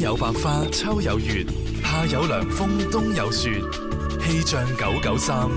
有百花，秋有月，夏有涼風，冬有雪。氣象九九三，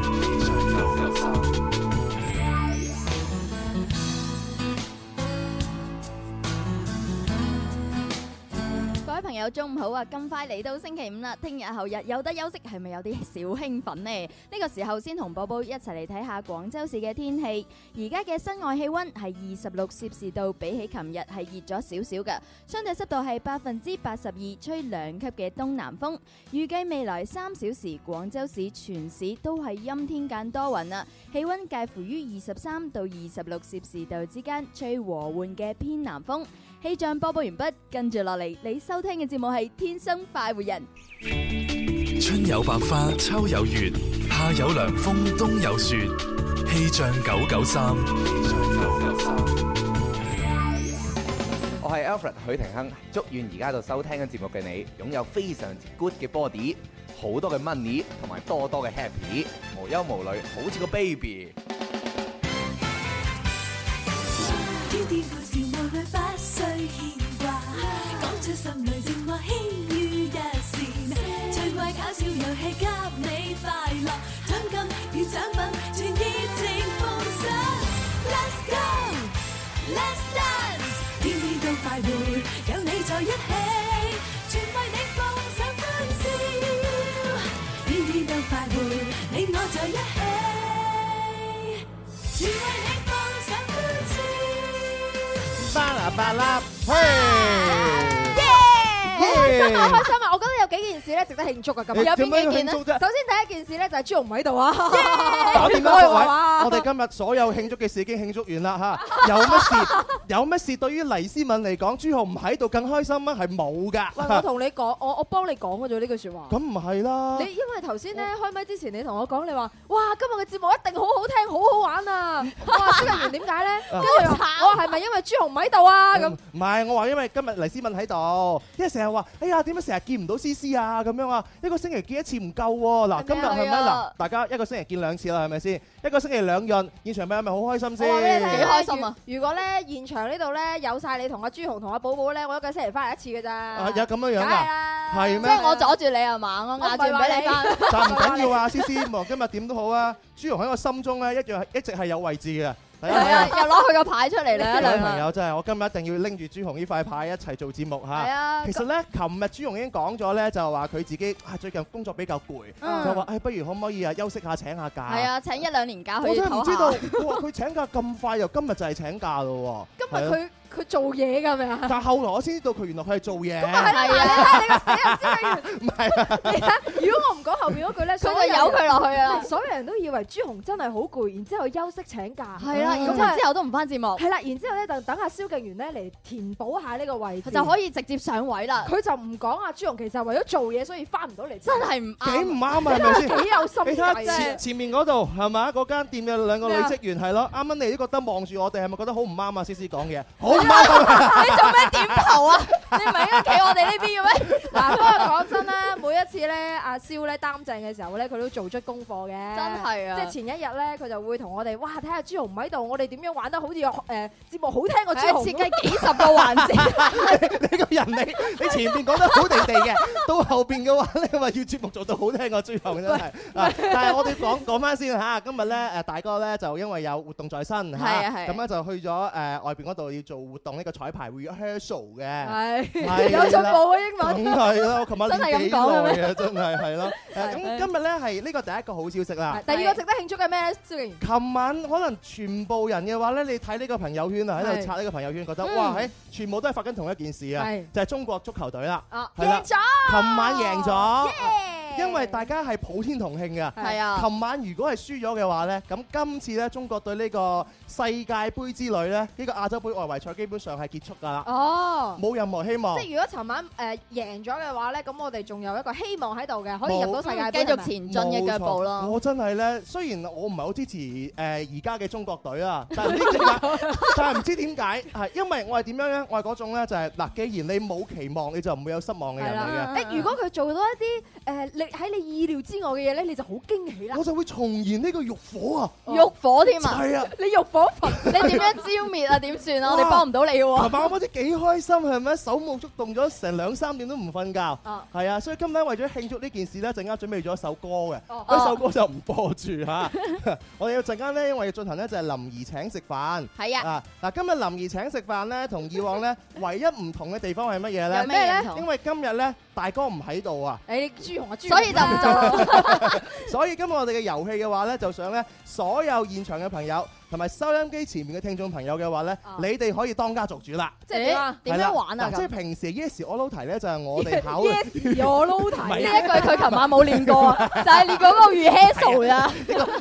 各位朋友，中午好啊！咁快嚟到星期五啦，聽日後日有得休息，係咪有啲小興奮呢？呢、個時候先同寶寶一齊嚟睇下廣州市嘅天氣。而家嘅室外氣温係二十六攝氏度，比起琴日係熱咗少少嘅，相對濕度係百分之八十二，吹兩級嘅東南風。預計未來三小時，廣州市全市都係陰天間多雲啦，氣温介乎於二十三到二十六攝氏度之間，吹和緩嘅偏南風。氣象播報完畢，跟住落嚟，你收聽嘅節目係《天生快活人》。春有百花，秋有月，夏有涼風，冬有雪。氣象九九三，我係 Alfred 許廷鏗，祝願而家度收聽緊節目嘅你，擁有非常之 good 嘅 body，好多嘅 money，同埋多多嘅 happy，無憂無慮，好似個 baby。天天愛是無慮，不需牽掛。講出心裏情話，輕於一線。趣怪搞笑遊戲，給你快樂。獎金與獎品，全熱情奉上。Let's go，Let's dance，天天都快活，有你在一起，全為你放上歡笑。天天都快活，你我在一起。全為你放上歡笑，巴啦巴啦，嘿！耶！真係好耶 開心啊！我覺得有幾件事咧值得慶祝啊！咁你有做咩邊幾件呢？慶首祝啫先第一件事咧就係朱紅唔喺度啊！搞掂啦，我各係話位！我哋今日所有慶祝嘅事已經慶祝完啦 嚇，有乜事有乜事對於黎思敏嚟講，朱浩唔喺度更開心啊，係冇 喂，我噶。同你講，我我幫你講嘅啫呢句 説話。咁唔係啦你，因為頭先咧開麥之前，你同我講你話，哇，今日嘅節目一定好好聽，好好 玩啊！哇，蕭敬元點解咧？跟住我話我話係咪因為朱紅唔喺度啊？咁嗯唔係我話，因為今日黎思敏喺度，因為成日話，哎呀點解成日見唔到思思啊咁樣啊，一個星期見一次唔夠喎。嗱，今日係係咪啊嗱？大家一個星期見兩次啦，係咪先？一個星期兩潤，現場咪係咪好開心我話俾你聽幾先？開心啊如如果咧現場呢度咧有晒你同阿朱紅同阿寶寶咧，我一個星期翻嚟一次嘅咋。啊，有咁樣樣梗係啊？啦，係即咩係？我阻住你啊嘛，我壓住唔俾你翻。 但唔緊要啊，思思，無論今日點都好啊，朱紅喺我心中咧一樣一直係有位置嘅。大家睇係啊，下又攞佢個牌出嚟啦，各位兩朋個。友真係，我今日一定要拎住朱紅呢塊牌一齊做節目係嚇。啊哎其，實咧，琴日朱紅已經講咗咧，就話佢自己啊最近工作比較攰，嗯就話誒不如可唔可以啊休息下請下假？係，啊，請一兩年假去我真係唔知道，唞下。哇佢請假咁快又今日就係請假咯喎。今係日啊，佢佢做嘢㗎係咪啊？但後來我先知道佢原來佢係做嘢，係啊，唔係啊如果我唔講後面嗰句咧，佢所就由佢落去啊啦人，。所有人都以為朱紅真係好攰，然之後休息請假。係啦，咁咁啊啊之後都唔翻節嗯目，係啦，然之後咧就等阿蕭敬元咧嚟填補下呢個位置，就可以直接上位啦。佢就唔講啊阿朱紅其實係為咗做嘢，所以翻唔到嚟。真係唔幾唔啱，啱啊，係咪先？幾有心你睇下計前啫！前面嗰度係咪啊？嗰間店嘅兩個女咩啊職員係咯，啱啱你都覺得望住我哋係咪覺得好唔啱啊？思思 講嘢，好唔啱啊！你做咩點頭啊？你唔係應該企我哋呢邊嘅咩？嗱，不過講真啦，每一次咧阿蕭咧擔正嘅時候咧，佢都做出功課嘅。真係即啊係！前一日咧，佢就會同我哋哇，睇下朱紅唔喺度，我哋點樣玩得好似誒、呃、節目好聽過朱係啊設紅。計幾十個環 節，你個人你你前邊講得好地地嘅，到後邊嘅話咧，話要節目做到好聽過最後真係。啊但係我哋講講翻先嚇，今日咧誒大哥咧就因為有活動在身嚇，係啊係啊咁咧就去咗誒外邊嗰度要做活動呢個彩排 rehearsal 嘅。係啊係啦有進步嘅英哦梗文。係啦，我琴晚真係咁練幾講係耐啊，真係係咯。誒咁今日咧係呢個第一個好消息啦。第二個值得慶祝嘅咩咧？蕭敬元琴晚可能全部人嘅話咧，你睇呢個朋友圈啊，喺度係刷呢個朋友圈，覺得嗯哇，喺全部都係發緊同一件事啊係，就係中國足球隊啦。啊，係啦贏咗，琴晚贏咗，耶因為大家係普天同慶嘅。係啊，琴晚如果係輸咗嘅話呢，咁今次呢，中國隊呢個世界盃之旅呢，呢個亞洲盃外圍賽基本上係結束㗎啦，哦。冇任何希望即。係如果尋晚誒贏咗嘅話咧，咁我哋仲有一個希望喺度嘅，可以入到世界盃。啊嗯繼續前進嘅腳步冇錯咯。我真係咧，雖然我唔係好支持誒而家嘅中國隊啊，但係唔知點解，但係唔知點解係因為我係點樣咧？我係嗰種咧就係、嗱，既然你冇期望，你就唔會有失望嘅人係嚟啦嘅。啊誒，如果佢做到一啲誒，你喺呃喺你意料之外嘅嘢咧，你就好驚喜啦。我就會重燃呢個欲火啊！欲火添啊！係啊！你欲火焚， 你點樣消滅啊？點算啊？我哋哇幫唔到你爸喎。爸媽媽啲幾開心係咪？手舞足動咗成兩三點都唔瞓覺，啊係啊！所以今晚為咗慶祝呢件事咧，陣間準備咗一首歌嘅，哦呢首歌就唔播住嚇。 我哋要陣間咧，因為要進行咧就係林兒請食飯。係啊，啊！嗱，今日林兒請食飯咧，同 以往咧唯一唔同嘅地方係乜嘢有咧？咩嘢唔因同？為今日咧大哥唔喺度啊，誒，你朱紅啊，朱紅啦所以就唔做。啦。所以今日我哋嘅遊戲嘅話咧，就想咧所有現場嘅朋友同埋收音機前面嘅聽眾朋友嘅話咧，啊你哋可以當家作主啦。即係點啊？哦點樣玩啊？嗱即係咁平時 yes or no 題咧，就係我哋考 慮 Yes，我撈唔題呢係一啊句佢琴晚冇練過 啊，就係練嗰個 rehearsal 咋。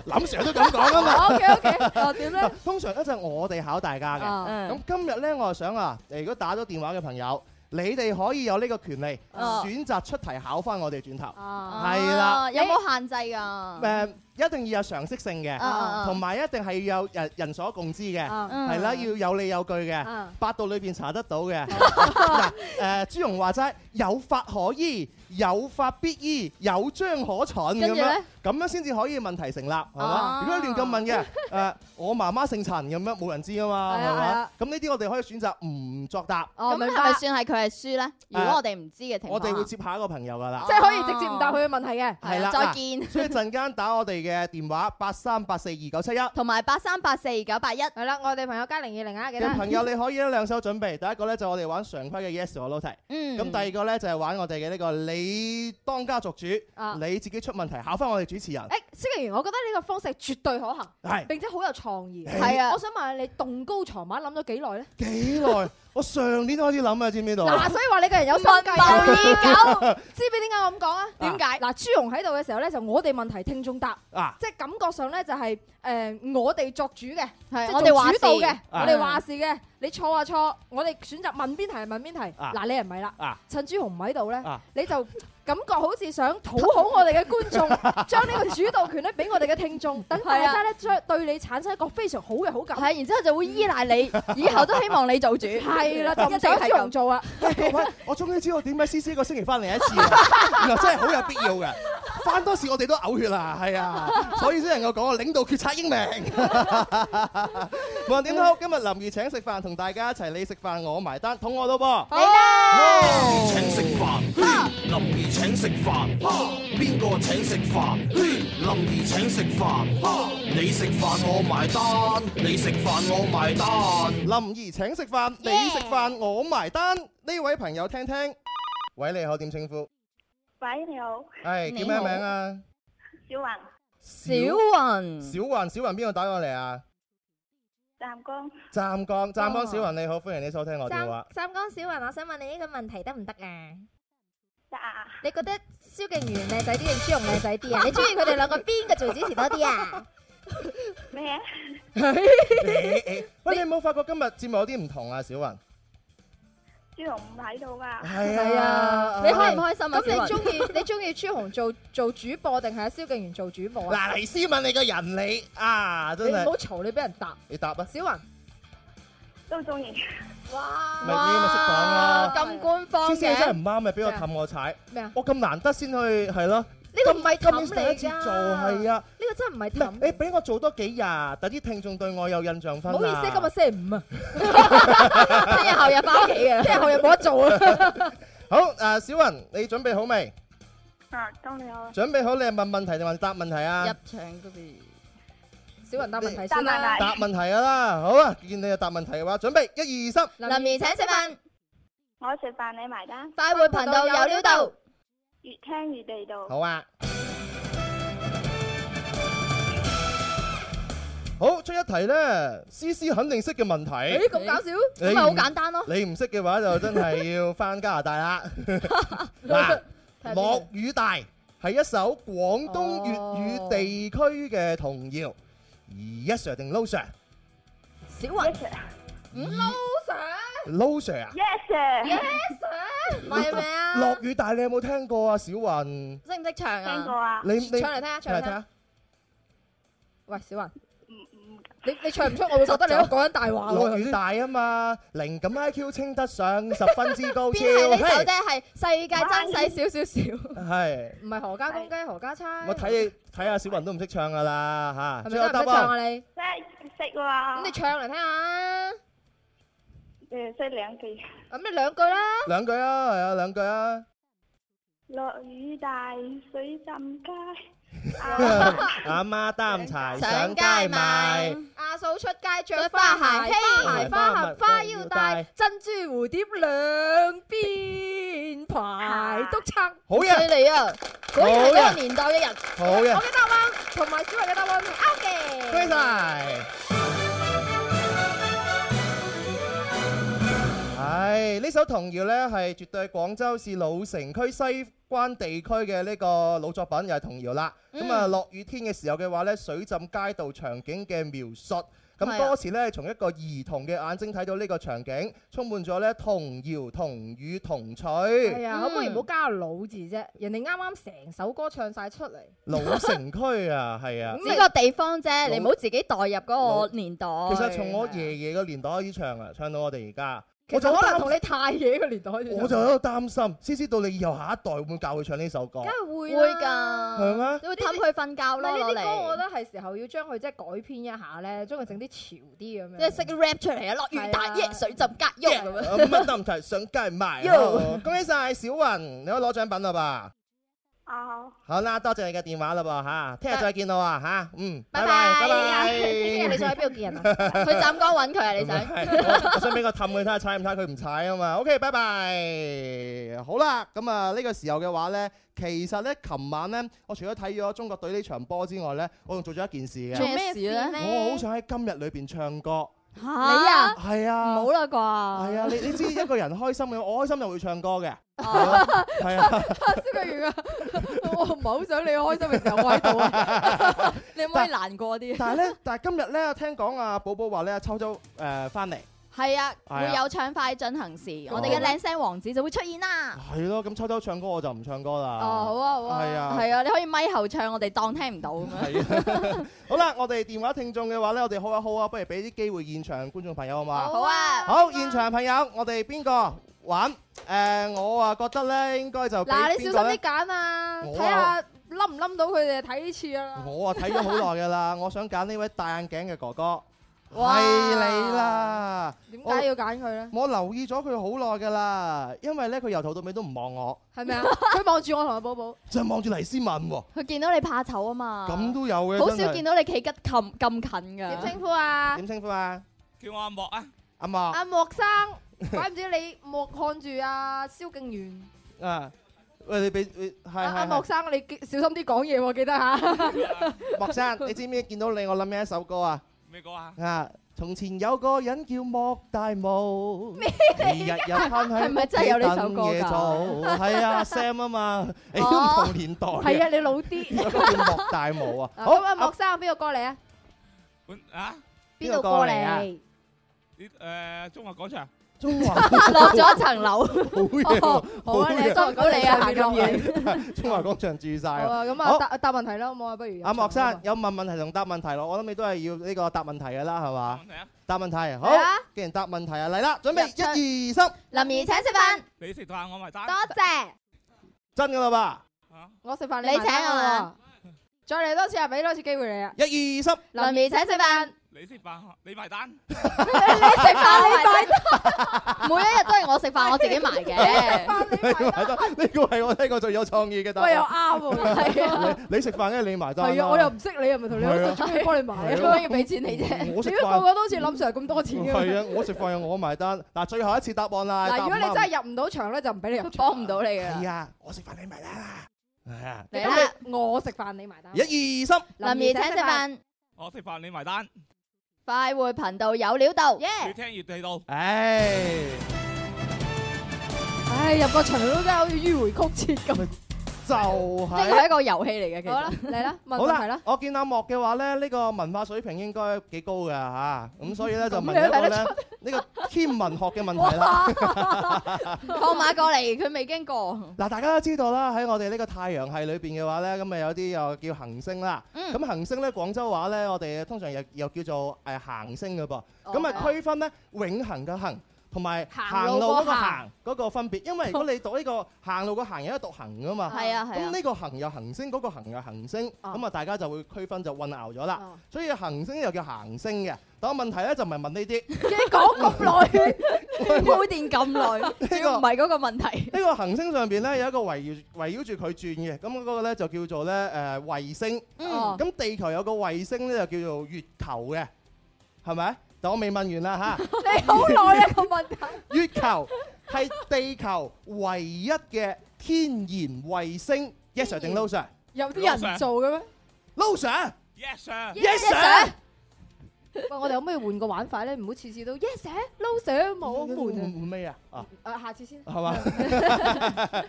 林 Sir 都咁講 啊嘛。 O K O K，哦點咧？通常咧就係我哋考大家哦嘅。啊咁今日咧，我就想啊，如果打咗電話嘅朋友，你哋可以有呢個權利哦選擇出題考翻我哋轉頭。啊係啦啊有冇限制㗎？誒，一定要有常識性嘅，啊同埋一定係要有人人所共知嘅，啊嗯係啦，要有理有據嘅。啊！百度裏邊查得到 嘅。嗱，誒朱容話齋有法可依，有法必依，有章可循跟住咁樣咧，咁樣先至可以問題成立，係嘛啊？如果亂咁問嘅，誒我媽媽姓陳咁樣，冇人知啊嘛，係啊係係嘛啊？咁呢啲我哋可以選擇唔作答，哦，咁明係咪白，算係佢係輸咧？如果我哋唔知嘅情況下，我哋會接下一個朋友噶啦哦。即係可以直接唔答佢嘅問題嘅。係係啦。啦再見，所以陣間打我哋嘅電話八三八四二九七一同埋八三八四二九八一。係啦，我哋朋友加零二零啊，記得嘅。朋友，你可以咧兩手準備。第一個咧就我哋玩常規嘅 yes or no 題，嗯，咁第二個咧就係玩我哋嘅呢個你當家作主，啊，你自己出問題考翻我哋主持人。誒，司徒員，我覺得呢個方式絕對可行，係並且好有創意。係啊我想問下你棟高床馬諗咗幾耐咧？幾耐？我上年開始諗啊，知唔知道？ 嗱，所以話你個人有心問計啊。謀已久，知唔知點解我咁 講啊？點解？嗱，朱紅喺度嘅時候咧，就我哋問題聽眾答，啊，即係感覺上咧就係誒我哋作主嘅，即係係我哋做話主導嘅事，我哋話事嘅。你錯啊錯，我哋選擇問邊題係問邊題。啊嗱，你係唔係啦啊？趁朱紅唔喺度咧啊，你就感覺好似想討好我哋嘅觀 眾，將呢個主導權咧俾我哋嘅聽眾，等大係啊家咧將對你產生一個非常好嘅好感。係，然之後就會依 賴你，以後都希望你做主。係啦，就唔一定想朱係紅咁。 做啊。喂各位，我終於知道點解 C C 一個星期翻嚟一次啦，原來真係好有必要嘅。翻多次我哋都嘔血啦，係啊，所以先能夠講啊領導決策英明。無論點都好，今日林如請食飯，同大家一齊你食飯我埋單，肚餓到噃。你啦，請食飯，林兒請食飯，邊個請食飯？林兒請食飯，你食飯我埋單，你食飯我埋單。林兒請食飯，你 Yeah 食飯我埋單。呢位朋友聽聽，喂你好，點稱呼？喂，你好，係你叫咩好名啊？小雲，小雲，小雲，小雲邊個打過嚟啊？湛江，湛江，湛江哦小雲你好，歡迎你收聽我電話。三江小雲，我想問你呢個問題得唔得啊？得啊，你覺得蕭敬元靚仔啲定朱紅靚仔啲 啊？你中意佢哋兩個邊個做主持多啲啊？咩？ 喂，你有冇發覺今日節目有啲唔同啊，小雲？朱紅唔喺度噶，係啊你開唔開心啊？咁你小雲中意你中意朱紅做做主播定係阿蕭敬元做主播啊？嗱，黎思敏你個人你啊，你真唔係好嘈，你俾人答。你答啊，小雲，都中意。咪呢咪識講啊啦。咁官方 C C 真係嘅，唔啱啊，俾我氹我踩咩啊，我咁難得先去係咯。呢個今唔係今氹年第一次嚟㗎做係啊，呢個真係唔係唔氹係。你俾我做多幾日，等啲聽眾對我有印象分唔好意啊思，今日星期五啊，聽日後日翻屋企啊！ 聽日後日冇得做啊。好誒，小雲你準備好未？啊，當你好，準備好你係問問題定還是答問題啊？入場嗰邊，小雲答問題答先埋啦。埋，答問題㗎啦，好啊！見你又答問題嘅話，準備一二三，林兒請食飯，我食飯你埋單，快活頻道有料到。越聽越地道。好啊！好，出一題咧，C C 肯定識嘅問誒題，咁搞笑，咁咪好簡單咯。你唔識嘅話就真係要翻加拿大 啦。嗱，睇下邊個落雨大係一首廣東粵哦語地區嘅童謠，而 Yes Sir 定 No Sir？No 小 Yes sir, 都想 Sir 啊？ yes Dạ. sir，唔係咪啊？落雨大你有冇聽過啊？小雲，識唔識唱聽過啊？啊？你你唱嚟聽下，唱嚟聽下。下，喂，小雲，唔唔你你唱唔出，我會覺得你喺度講緊大話喎。頭落雨先大啊嘛，靈感 IQ 稱得上十分之 高超，邊係呢首嘿啫？係世界爭細少少少。係唔係何家公雞何家差。我睇你睇下小雲都唔識唱噶啦嚇，係咪真係唔識唱最後答案啊你？真係識咁你喎，唱啊嚟聽下。誒識兩句。咁你兩句啦。兩句啊，係啊兩句啊，落雨大，水浸街。 Ờ, 阿媽擔柴上上街街賣賣。阿嫂出街着着花花鞋，鞋花鞋嘿花盒花腰花帶，盒珍珠蝴蝶兩邊排，督測。好犀嘢，利啊！果然係嗰個年代嘅人。好嘢我，嘅答案同埋小慧嘅答案係嗯啱嘅。恭喜晒！唉，呢首童謠呢，係絕對廣州市老城區西關地區嘅呢個老作品，又係童謠啦。咁啊、落雨天嘅時候嘅話呢，水浸街道場景嘅描述。咁係啊歌詞呢，從一個兒童嘅眼睛睇到呢個場景，充滿咗呢童謠、童語、童趣。係嗯啊，可唔可以唔好加個老字啫？人哋啱啱成首歌唱晒出嚟，老城區啊，係啊。呢個地方啫，你唔好自己代入嗰個年代。其實從我爺爺嘅年代開始唱啊，唱到我哋而家，哎其我就實好可能擔同你太爺嘅年代開始。我就喺度擔心，先知道你以後下一代會唔會教佢唱呢首歌梗？係會會㗎。係咩㗎，會氹佢瞓覺唔咯，係呢攞啲歌，我覺嚟。得係時候要將佢即係改編一下咧，將佢整啲潮啲咁樣。即係識 rap 出嚟啊！落雨係啊大，耶水浸隔喐咁樣。啊冇乜問題，上街賣。好恭喜晒小雲，你可以攞獎品啦哦，噃。好啦，多謝你嘅電話啦噃嚇，聽日再見啦喎嚇，嗯，拜拜拜聽日你拜。想喺邊度見 人啊？去湛江揾佢啊！你想？我我想俾個氹佢睇下踩唔踩，佢唔踩啊嘛。OK，拜拜。好啦，咁啊呢個時候嘅話呢，其實呢，琴晚呢，我除咗睇咗中國隊呢場波之外呢，我仲做咗一件事嘅。咩事咧？我好想喺今日裏邊唱歌。你啊，係啊。唔好啦啩？係啊，你你知一個人開心嘅，我開心就會唱歌嘅，係啊，蕭敬遠啊， 我唔係好想你開心嘅時候我喺度啊， 你可唔可以難過啲？但係咧，但係今日咧，聽講啊，寶寶話咧，秋秋誒翻嚟，係啊，係啊哦會有唱快進行時，我哋嘅靚聲王子就會出現啦。係咯，咁秋秋唱歌我就唔唱歌啦。哦，好啊，好啊，係啊係啊，你可以咪後唱，我哋當聽唔到咁樣。係啊，好啦，我哋電話聽眾嘅話咧，我哋好啊好啊，不如俾啲機會現場觀眾朋友好嘛？好啊，好，現場朋友，我哋邊個玩？誒，我啊覺得咧，應該就俾嗱，你邊小個心啲咧揀啊，我睇下冧唔冧到佢哋睇呢次啊。我啊睇咗好耐㗎啦， 我想揀呢位戴眼鏡嘅哥哥，哇係你啦。點解要揀佢咧？我留意咗佢好耐㗎啦，因為咧佢由頭到尾都唔望我，係咪啊？佢望住我同阿寶寶，就係望住黎思敏喎，佢見到你怕醜啊嘛，咁都有嘅，好少見見到你企得咁咁近點㗎。稱呼啊？點稱呼啊？叫我阿莫啊，阿莫阿莫生，怪唔知你莫看住阿蕭敬遠。啊，喂你俾你係啊阿阿係莫係生，你記小心啲講嘢喎，記得嚇。莫生，你知唔知見到你我諗起一首歌啊？咩歌啊？啊！從前有個人叫莫大武，日日攤喺係咪真係有呢首歌㗎屋企等嘢做？係啊，Sam 啊嘛，你都唔哦同年代係嘅，啊，你老啲。有個叫莫大武啊。好，阿阿莫生邊個過嚟啊？本啊？邊個過 嚟啊？呢誒中華廣場中華落咗一層樓，好嘢 喎，好啊，你嘢係多唔到你啊，行咁遠。中華廣場住晒好啊！啊，咁好啊，答答問題啦，好冇啊？不如阿莫 Ờ. 生有問問題同答問題咯，我諗你都係要呢個答問題嘅啦，係冇 Ờ. 嘛？問題啊！答問題好係啊，既然答問題啊，嚟啦，準入場備一二三，林怡請食飯，你食飯我埋單多謝。真噶啦嚇，我食飯你埋單請我啊喎！再嚟多次啊，俾多次機會你啊！噃，一二三，林怡請食飯，你食飯你埋單，你食飯你買，每一日都係我食飯，我自己埋嘅。你埋單，呢個係我聽過最有創意嘅答啊喂，又案。啱喎！你你食飯梗係你埋單啦。係啊，我又唔識你，又唔係同你好係啊熟，做咩幫你買啊？係做咯咩要俾錢你啫？我食如果個飯個都好似林 Sir 咁多錢嘅。係啊，我食飯又我埋單。嗱，最後一次答案啦。嗱，答如唔果你啱真係入唔到場咧，就唔俾你入場。幫唔到你㗎係啦。啊，我食飯你埋單啦。係啊，嚟啦，我食飯你埋單。一二三，林怡請食，飯，我食飯你埋單，快活頻道有料到。越聽越地道。唉，唉，入個場都真係好似迂迴曲折咁。就係、呢個係一個遊戲嚟嘅，其好啦實，嚟啦，問好問題啦啦，，我見阿莫嘅話咧，呢個文化水平應該幾高㗎嚇，咁所以咧就問樣一個咧呢個天文學嘅問 題啦。放馬過嚟，佢未經過。嗱，大家都知道啦，喺我哋呢個太陽系裏邊嘅話咧，咁咪有啲又叫行星啦。嗯咁行星咧，廣州話咧，我哋通常又又叫做誒行星嘅噃。咁啊，哦區分咧永恆嘅恆同埋行行路路嗰嗰個個行嗰個分別，因為如果你讀呢個行路個行，有一讀行噶嘛。係哦啊係咁啊，呢個行又行星，嗰個行又行星，哦咁啊大家就會區分就混淆咗啦。哦所以行星又叫行星嘅，但我問題咧就唔係問呢 啲，你講咁 耐，我係問鋪墊咁耐，仲要唔係嗰個問題。呢個行星上邊咧有一個圍繞圍繞住佢轉嘅，咁嗰個咧就叫做咧誒衛星。嗯，咁地球有個衛星咧就叫做月球嘅，係咪？但我未問完啦嚇。你好耐一個問題，月球係地球唯一嘅天然衛星。Yes sir 定 No sir？No 有啲人做嘅咩？ sir？Yes Yes sir， sir？喂，我哋可唔可以換個玩法咧？唔好次次都 yes sir、no sir 冇門咩啊？啊！啊！誒，下次先。係嘛？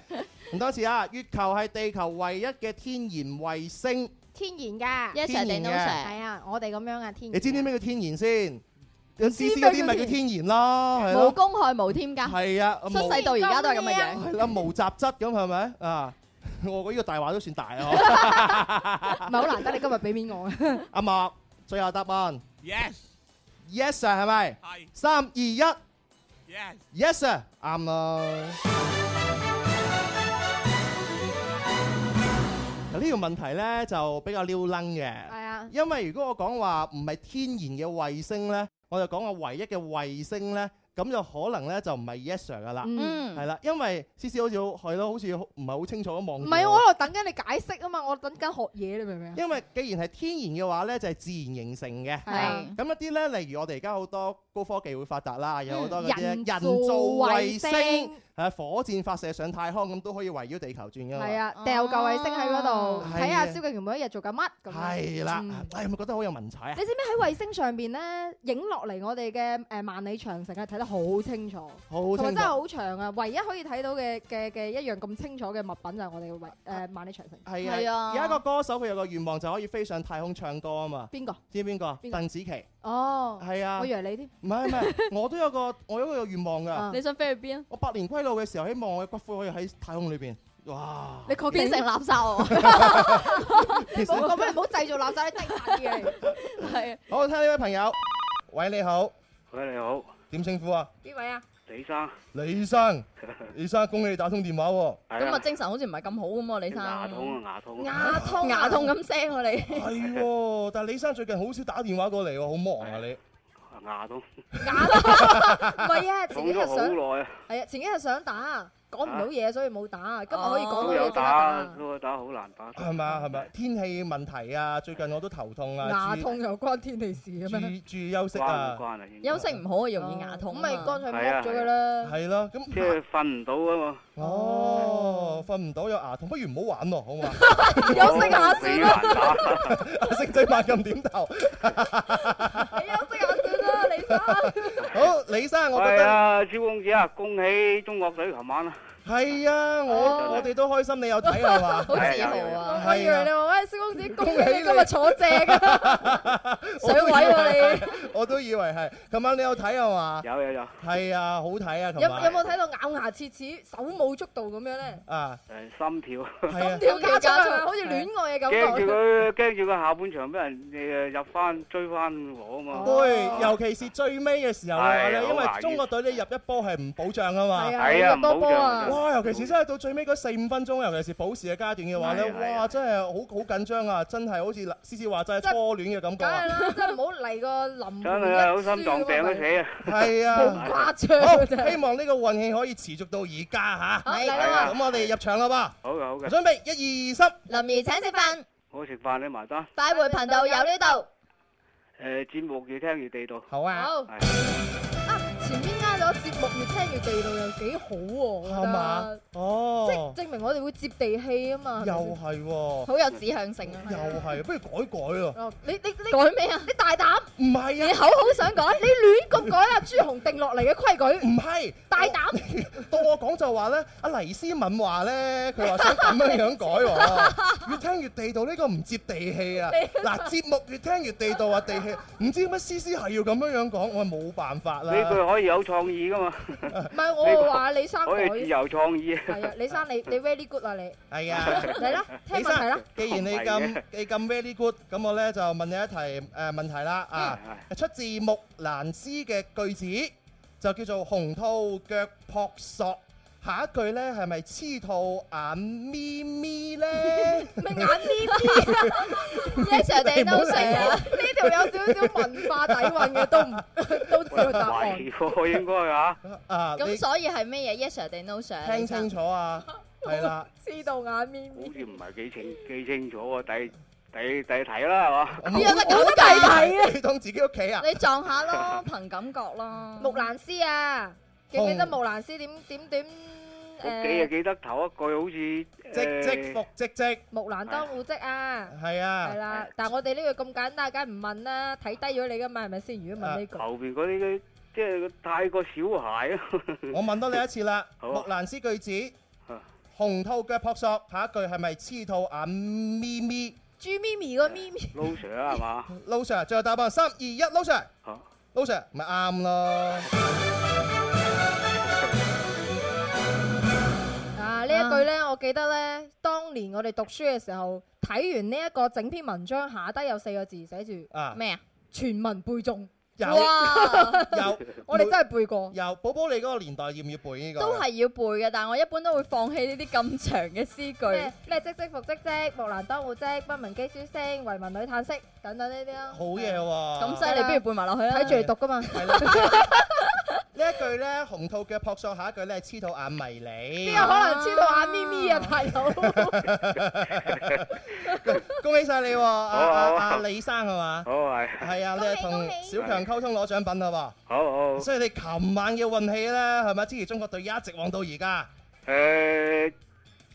唔多次啊！月球係地球唯一嘅天然衛星，天然㗎， Yes sir 定 No 天 sir？係啊，我哋咁樣啊，天然。你知唔知咩叫天然先？有 C 知 C 咩嗰啲咪叫叫天然咯，係無咯，公害無添加，係啊，出無世到而家都係咁嘅樣。係啦，無雜質咁係咪啊？ 我呢個大話都算大啊！ 唔係好難得，你今日俾面我啊！阿莫，最後答案 Yes yes sir 係咪？係三二一 Yes。 yes sir 啱啦。嗱呢個問題咧就比較撩楞嘅。係啊，因為如果我講話唔係天然嘅衛星呢，我就講我唯一嘅衛星呢，咁就可能呢就唔係 yes sir 噶啦，嗯，嗯係，啦，因為思思好似好係咯，好似好唔係好清楚咁望。唔係啊我，喺度等緊你解釋啊嘛，我等緊學嘢，你明唔明啊？因為既然係天然嘅話呢，就係自然形成嘅。係啊係咁一啲呢，例如我哋而家好多高科技會發達啦，有好多嗰啲人人造造衛衛星星，係火箭發射上太空咁都可以圍繞地球轉噶嘛。係啊，掉嚿衛星喺嗰度，啊睇下係啊蕭敬元每一日做緊乜咁樣。係啦嗯，哎，有冇覺得好有文采啊？你知唔知喺衛星上邊咧影落嚟我哋嘅誒萬里長城係睇得好清楚，好同埋清真係楚。好長啊！唯一可以睇到嘅嘅嘅一樣咁清楚嘅物品就係我哋嘅衛誒萬里長城。係係啊，啊而家個歌手佢有個願望就可以飛上太空唱歌啊嘛。邊個？知邊個？邊個鄧紫棋哦，係啊我，以為你添。唔係唔 係，我都有個我有一個願望啊㗎。你想飛去邊啊？我百年歸老嘅時候，希望我嘅骨灰可以喺太空裏邊，哇！你確變定成垃圾喎，其唔好實咁樣，唔好製造垃圾，你低下啲嘅。係啊好，聽呢位朋友，喂你好，喂，你好，點稱呼啊？邊位啊？李生。李 生，李生，恭喜你打通電話喎！咁啊精神好似唔係咁好咁喎，李生。牙痛啊，牙痛啊。牙痛牙痛咁聲喎你，係喎，但係李生最近好少打電話過嚟喎，好忙啊你。牙痛，牙痛，唔係啊，前痛幾日咗想好耐啊，係啊，前幾日想打，啊講唔到嘢，所以冇打。今日可以講到都嘢哦有即刻打，打。都有打好難打。係嘛係嗯咪？天氣問題啊，最近我都頭痛啊，牙注痛又關天地事嘅注咩？注休息關唔啊，關啊？應該休息唔好啊，容易牙痛咁啊。咪乾脆剝咗佢啦。係啊咯，咁即係瞓唔到啊嘛。哦，瞓唔到有牙痛，不如唔好玩咯，好嘛？休息下先啦，好難打。阿星仔猛咁點頭。你休息下先啦，你生。好，李生，我覺係得啊，蕭公子啊，恭喜中國隊琴晚啊！係啊，我我哋都開心，你有睇係嘛？好自我豪啊！以為哎你話喂，蕭公子，恭喜你今日坐正啊， 我上都以位喎 我都以為係，琴晚你有睇係嘛？有有有，係啊，好睇啊，你。琴有有晚冇睇到咬牙切齒、手舞足蹈咁樣咧？啊，誒心跳，係啊，心跳加速 à, 啊，好似戀愛嘅感驚住覺。佢，驚住佢下半場俾人誒入翻追翻我啊嘛。對，尤其是最尾嘅時候嘅話咧，係因為好難嘅中國隊你入一波係唔保障啊嘛。係啊你波波啊唔好，哇！尤其是真係到最尾嗰四五分鐘，尤其是保時嘅階段嘅話咧，係啊係啊哇！真係好好緊張啊！真係好似思思話真齋係初戀嘅感覺梗係啊，啦，真係唔好嚟個臨門一真係啊，好輸心臟病都死啊！係啊。誇張好，啊真係希。望呢個運氣可以持續到而家好嚟吓。啦嘛，咁我哋入場啦好嘅好噃，嘅，準備一二三，林怡請食飯，我食飯你埋單。快活頻道有呢度。Ờ, 誒節目越聽越地道。好啊。好。係 à, 啊，前邊加咗個節目越聽越地道又幾好喎，我覺係嘛得，？即係哦，證明我哋會接地氣啊嘛，又係係咪先喎，好有指向性啊！又係，不如改改咯。哦你你你改咩啊？你大膽，唔係你啊，口好想改，你亂咁改啊！朱紅定落嚟嘅規矩唔，係。大膽，到我講就話咧，阿黎思敏話咧，佢話想咁樣樣改 喎，越聽越地道，呢個唔接地氣啊！嗱，節目越聽越地道啊，地氣，唔知點解思思係要咁樣樣講，我係冇辦法啦。呢句可以有創意噶嘛，唔係我會話李生改，可以係自由創意。啊，李生你你 very good 啊你，係啊，嚟啦，聽李問題啦生，，既然你咁你咁 very good，咁我咧就問你一題誒問題啦啊，出自木蘭詩嘅句子就叫做紅兔腳撲朔。下一句咧係咪黐兔眼咪咪咧？咪眼呢啲啊，一場地都死啊！ 呢條有少少文化底韻嘅都唔 都知道答案。懷疑喎應該嚇， 啊，你咁所以係咩嘢？Yes sir 定 No sir？聽清楚 啊，係啦，知道眼面好似唔係幾清幾清楚喎，第第第睇啦係邊嘛？有得哎好咁大㗎？題啊！ 你當自己屋企啊，你撞下咯，憑感覺咯。木蘭詩啊，記唔記得木蘭詩點點點我記啊誒記得頭一句好似即即誒復即即，木蘭當戶織啊？係係啊，啦，但係我哋呢個咁簡單，梗係唔問啦，睇低咗你噶嘛，係咪先？如果問呢句，後邊嗰啲嘅即係太過小孩 啊， 我問多你一次啦，好啊木蘭詩句子啊。紅兔腳撲朔，下一句係咪黐兔眼咪咪？豬咪咪個咪咪，老 Sir 係嘛？老 Sir，最後答案三二一，老 Sir，嚇老 Sir 咪啱咯。啊呢一句呢，我記得呢，當年我哋讀書嘅時候，睇完呢一個整篇文章，下低有四個字寫住啊，咩啊？全文背誦，有哇，有，我哋真係背過。由寶寶你嗰個年代要唔要背呢個？都係要背嘅，但係我一般都會放棄呢啲咁長嘅詩咩句。咩積積復積積，木蘭當戶織，不聞機書聲，惟聞女嘆息等等呢啲啦。好嘢喎。咁犀利，不如背埋落去啦。睇住嚟讀噶嘛。係啦呢一句咧，紅兔腳撲朔，下一句咧，黐兔眼迷 你。邊有可能知道眼咪咪啊，大佬？恭喜晒你喎，阿好啊好阿啊阿李生係嘛？好係，係啊，你係同小強溝通攞獎品啦好好喎，。所以你琴晚嘅運氣咧，係咪支持中國隊一直旺到而家？誒，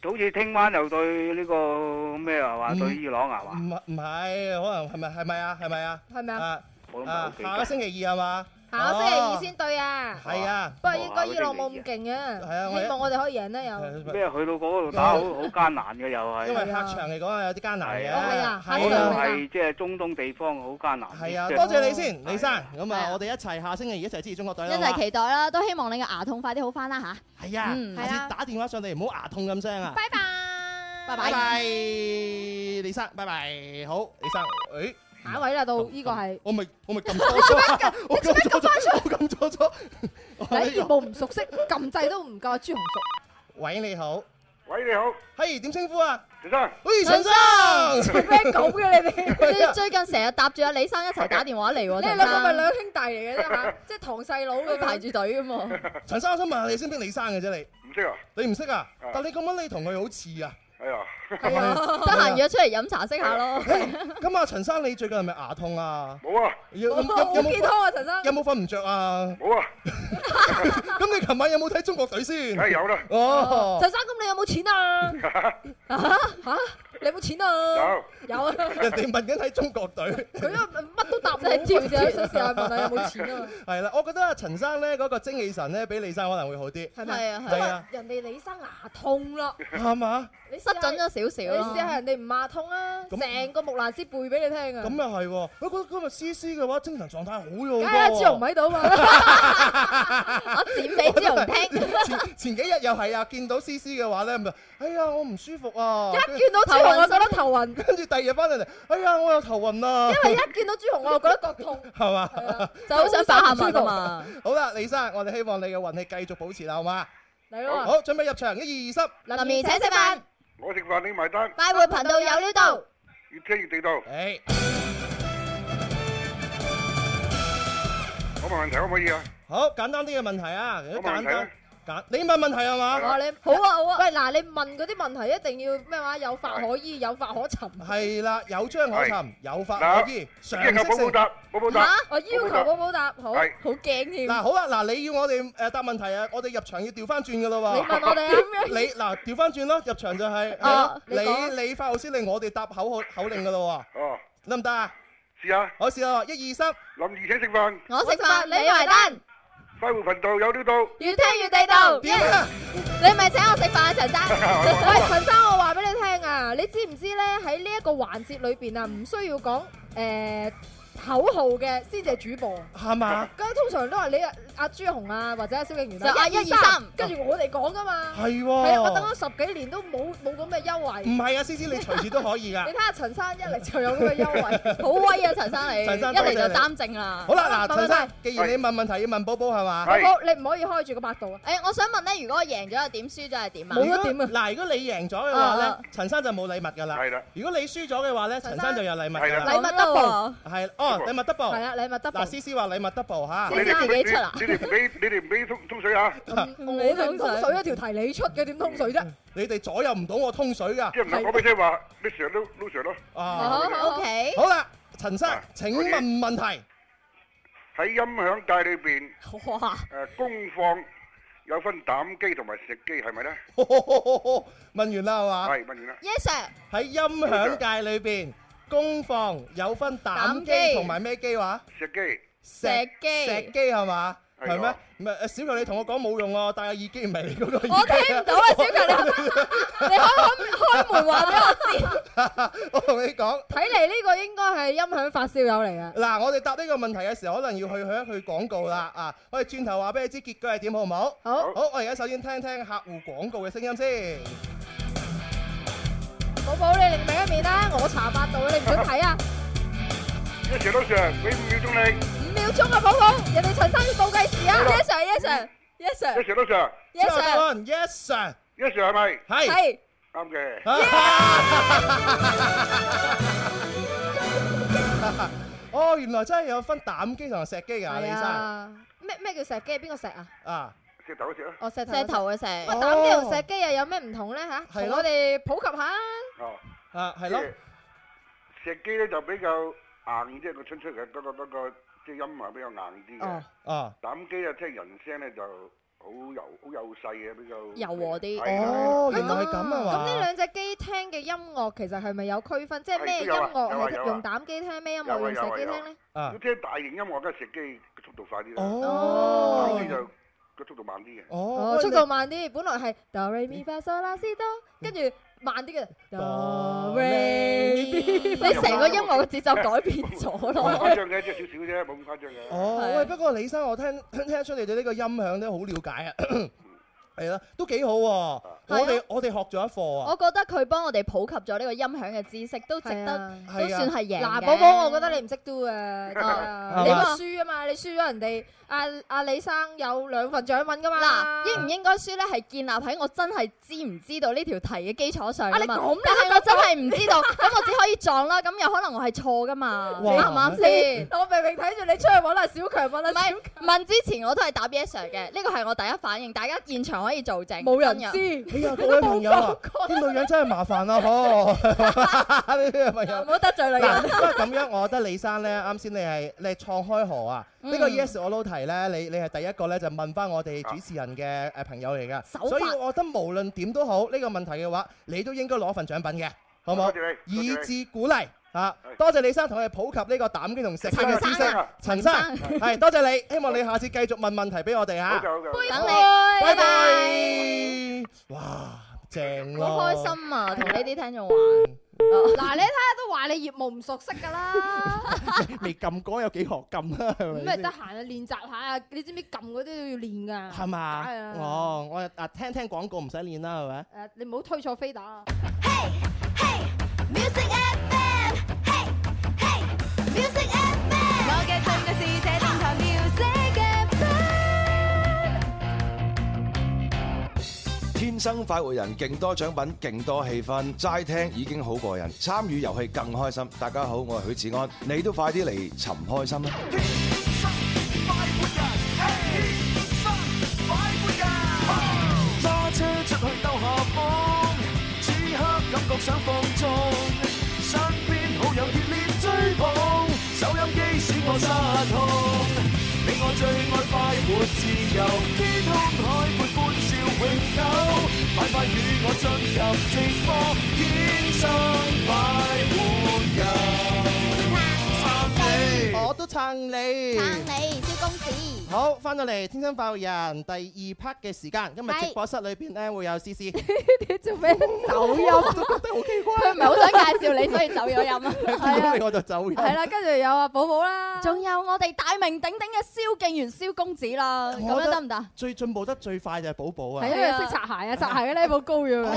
好似聽晚又對呢個咩啊話對伊朗係唔嘛？唔係，可能係咪係咪啊？係咪啊？係咪啊？啊我都唔係好啊！記下個得。星期二係嘛？下個星期二先對啊。哦。係啊，不過應該伊朗冇咁勁係啊我嘅，一希望我哋可以贏啦又。咩去到嗰度打好好艱難嘅又因為係，客場嚟講係有啲艱難嘅。係啊啊係啊嗰客度場啊嚟係即係中東地方好艱難。係啊，即係多謝你先，李生。咁係啊，啊我哋一齊下星期二一齊支持中國隊一啦。齊期待啦，都希望你嘅牙痛快啲好翻啦吓。係啊，嗯下係次啊打電話上嚟唔好牙痛咁聲啊！拜拜，拜拜拜，李生，拜拜，好，李生，誒，下一位啦，到呢個係我咪我咪撳錯咗， 我撳錯咗，我撳錯咗，我睇呢業務唔熟悉，撳掣都唔夠朱紅熟。個喂你好，喂，你好，係點稱呼啊？陳生。喂，陳生，做咩咁嘅你哋？ 你最近成日搭住阿李生一齊打電話嚟喎，你哋陳兩個咪生兩兄弟嚟嘅啫嚇，即係堂細佬佢嘅排住隊噶嘛。 陳生，我想問下你識唔識李生嘅啫？唔識啊？你你唔識啊啊？但你咁樣你同佢好似啊？哎呀，係啊，得閒約出嚟飲茶識下咯。咁啊，陳生你最近係咪牙痛啊？冇啊，有有有好健冇康啊，陳生。有冇瞓唔着啊？冇啊，咁你琴晚有冇睇中國隊 先？有啦，哦，陳生，咁你有冇錢啊？嚇你有冇錢啊？有啊，人哋問緊睇中國隊。佢都乜都答唔到佢，就係想試下問下有冇錢啊？係啦，我覺得阿陳生咧嗰個精氣神咧，比李生可能會好啲，係咪？係啊，因係為啊人哋李生牙痛啦，啱啊嘛？你失準咗你少少試下咯。人哋唔牙痛啊，咁成個木蘭詩背俾你聽啊！咁又係喎，我覺得今日思思嘅話精神狀態好咗好多梗喎。係啦，朱紅喺度嘛， 我剪俾朱紅聽，前前幾日又係啊，見到思思嘅話咧，咪哎呀我唔舒服啊，一見到朱紅我覺得頭暈，跟住第二日翻嚟，哎呀我又頭暈啊，因為一見到朱紅我又覺得腳痛，係嘛？係啊，就好想把下文文啊。 嘛。好啦，李生，我哋希望你嘅運氣繼續保持啦，好嘛？嚟好，咯好準備入場，一二二喎，林兒請食飯，我食飯你埋單，快活頻道有料到。越聽越地道。三，誒，我問問題可唔可以啊？à. 好簡單啲嘅問題啊，如果我問簡問題單啊，揀你問問題係嘛？哇！你好啊好啊喂嗱，你問嗰啲問題一定要咩話？有法可依，有法可尋。係啦，有章可尋，有法嗱可依，常一識求寶寶性。答，寶寶答，我要求寶寶答，好，係好驚添。嗱好啦，嗱你要我哋誒答問題啊，我哋入場要調翻轉噶啦你喎。問我哋 啊，你嗱調翻轉咯，入場就係係哦啦你講你你發號施令，我哋答口號口令噶啦喎，哦，得唔得啊？試下我試下一二三，林兒請食飯，我食飯你埋單，快活頻道有料到。越聽越地道。點啊？你咪請我食飯啊，陳生。 喂，陳生，我話俾你聽啊，你知唔知咧？喺呢一個環節裏邊啊，唔需要講誒口號嘅先至係主播。係嘛？咁通常都係你啊阿朱紅啊，或者阿蕭敬元就啊，嗌一二三跟住我哋講噶嘛。係係啊，我等喎。咗十幾年都冇冇咁嘅優惠唔。係啊，思思你隨時都可以噶 你。睇下陳生一嚟就有咁嘅優惠。好威啊，陳生你，陳生一嚟多謝就你擔正啦。好啦，拜嗱，拜陳生，既然你問問題要問寶寶係嘛？係好，你唔可以開住個百度啊。誒，我想問咧，如果我贏咗係點，輸咗係點啊？冇咗點啊如果嗱，如果你贏咗嘅話啊咧，陳生就冇禮物㗎啦。係啦如果你輸咗嘅話咧，陳生就有禮物㗎係啦。禮物 double 係哦，禮物係 double。啊，禮物得嗱，思思話禮物 double 嚇你。哋唔俾你哋唔俾你哋唔俾通通水嚇，我哋唔通水一條題你出嘅，點通水啫？你哋左右唔到我通水㗎。即係唔係講俾聽話，你成日都 l o s 咯。哦啊， O K，好啦，陳生啊，請問問題。喺音響界裏邊，哇，誒功放有分膽機同埋食機，係咪咧？問完啦係嘛？係問完啦。Dạ. Yes sir，喺音響界裏邊，公放有分膽機同埋咩機話？食機石機石機係嘛？係係咩啊？唔係誒小強，你同我講冇用喎，我戴個耳機唔係你嗰個耳機。我聽唔到啊，小強你，你開開開門話俾我知。 我同你講，睇嚟呢個應該係音響發燒友嚟嘅。嗱，我哋答呢個問題嘅時候，可能要去去一去廣告啦啊！我哋轉頭話俾你知結果係點，好唔好？好，好，我而家首先聽聽客戶廣告嘅聲音先。寶寶你另另一面啦，我查百度，你唔准睇啊！一成都上，俾五秒鐘你，五秒鐘啊，寶寶，人哋陳生要報計時啊！ Yes sir，Yes sir，Yes Dạ. 一成都上，之後 sir，Yes 答 sir，案 yes sir，一成係咪？係。係。啱 Dạ. 嘅。哦，原來真係有分膽機同埋石機㗎，李係生啊，咩咩叫石機？邊個石啊？啊！石頭一石啦。哦，石頭。石頭嘅石，喂，膽機同石機又有咩唔同咧嚇？同我哋普及下。哦，啊，係係咯，。石機咧就比較硬，即係個春出嘅嗰個嗰個即係音啊比較硬 Ờ. 啲嘅哦。啊，膽機啊聽人聲咧就好柔好幼細嘅，比較柔和啲係啊啦哦，喂原來係咁啊嘛。咁呢兩隻機聽嘅音樂其實係咪有區分？即係咩音樂係用膽機聽，咩音樂用石機聽咧？啊要，聽大型音樂嘅食機個速度快啲啦，哦呢，就個速度慢啲嘅。哦哦，，速度慢啲，本來係 do re mi fa so la si do，跟住慢啲嘅 do re mi。你成個音樂嘅節奏改變 咗我咯。誇張嘅，即係少少啫，冇咁誇張嘅。哦，係喂，不過李生，我聽 聽得出你對呢個音響咧好了解啊，係啦，都幾好喎。我哋我哋學咗一課我啊，覺得佢幫我哋普及咗呢個音響嘅知識，都值 à. 得，都係算啊，係贏嘅。嗱，寶寶，我覺得你唔識 do 嘅，真係係啊你個嘛輸啊嘛，你輸咗人哋阿阿李生有兩份獎品噶嘛。嗱，應唔應該輸咧，係建立喺我真係知唔知道呢條題嘅基礎上啊你㗎嘛咁但係我真係唔知道， 咁我只可以撞啦。咁有可能我係錯噶嘛？哇啱唔啱先？我明明睇住你出去揾阿小強，揾唔阿小係問之前我都係答 yes sir 嘅，呢個係我第一反應，大家現場可以做證。冇人真嘅知。哎呀，各位朋友啊，啲女人真係麻煩啊，嗬， 呢啲朋友唔。好得罪女嗱，人。不過咁樣，我覺得李生咧，啱先你係你係創開河啊！呢個嗯 Yes or No 題咧，你你係第一個咧就問翻我哋主持人嘅誒朋友嚟手㗎，法所以我覺得無論點都好，呢個問題嘅話，你都應該攞份獎品嘅，好唔好多？謝你以多謝你致鼓勵啊！係多謝李生同我哋普及呢個膽機同石機嘅陳知識生啊，陳生係多謝你，希望你下次繼續問問題俾我哋好嚇嘅，，好嘅好嘅。等你，拜拜！哇，正咯，好開！ 心啊！同呢啲聽眾玩，嗱，你睇下都話你業務唔熟悉㗎啦，未撳歌有幾學撳啊？係咪咁咪先得閒啊練習下啊！你知唔知撳嗰啲都要練㗎？係嘛係啊？哦，我啊聽聽廣告唔使練啦，係咪？誒，你唔好推錯飛打啊！ Music FM，嘿嘿，Music FM，我嘅真愛是這電台 Music FM。天生快活人，勁多獎品，勁多氣氛，齋聽已經好過癮，參與遊戲更開心。大家好，我係許志安，你都快啲嚟尋開心啦！天生快活人，天生快活人。遊，天空海闊歡笑永久，快快與我進入直播，天生快活人，撐你。我都撐你，撐你，蕭公子。 好，翻到嚟《天生快活人》第二 part 嘅時間，今日係直播室裏邊咧會有 C C，你做咩走音？我都覺得好奇怪。佢唔係好想介紹你，所以走咗音啊。見到你我就走音。係啦，跟住有阿寶寶啦，仲有我哋大名鼎鼎嘅蕭敬元蕭公子啦，咁我覺樣得唔得？？最進步得最快就係寶寶啊！係因為識擦鞋啊，擦鞋嘅 level 高咗啊。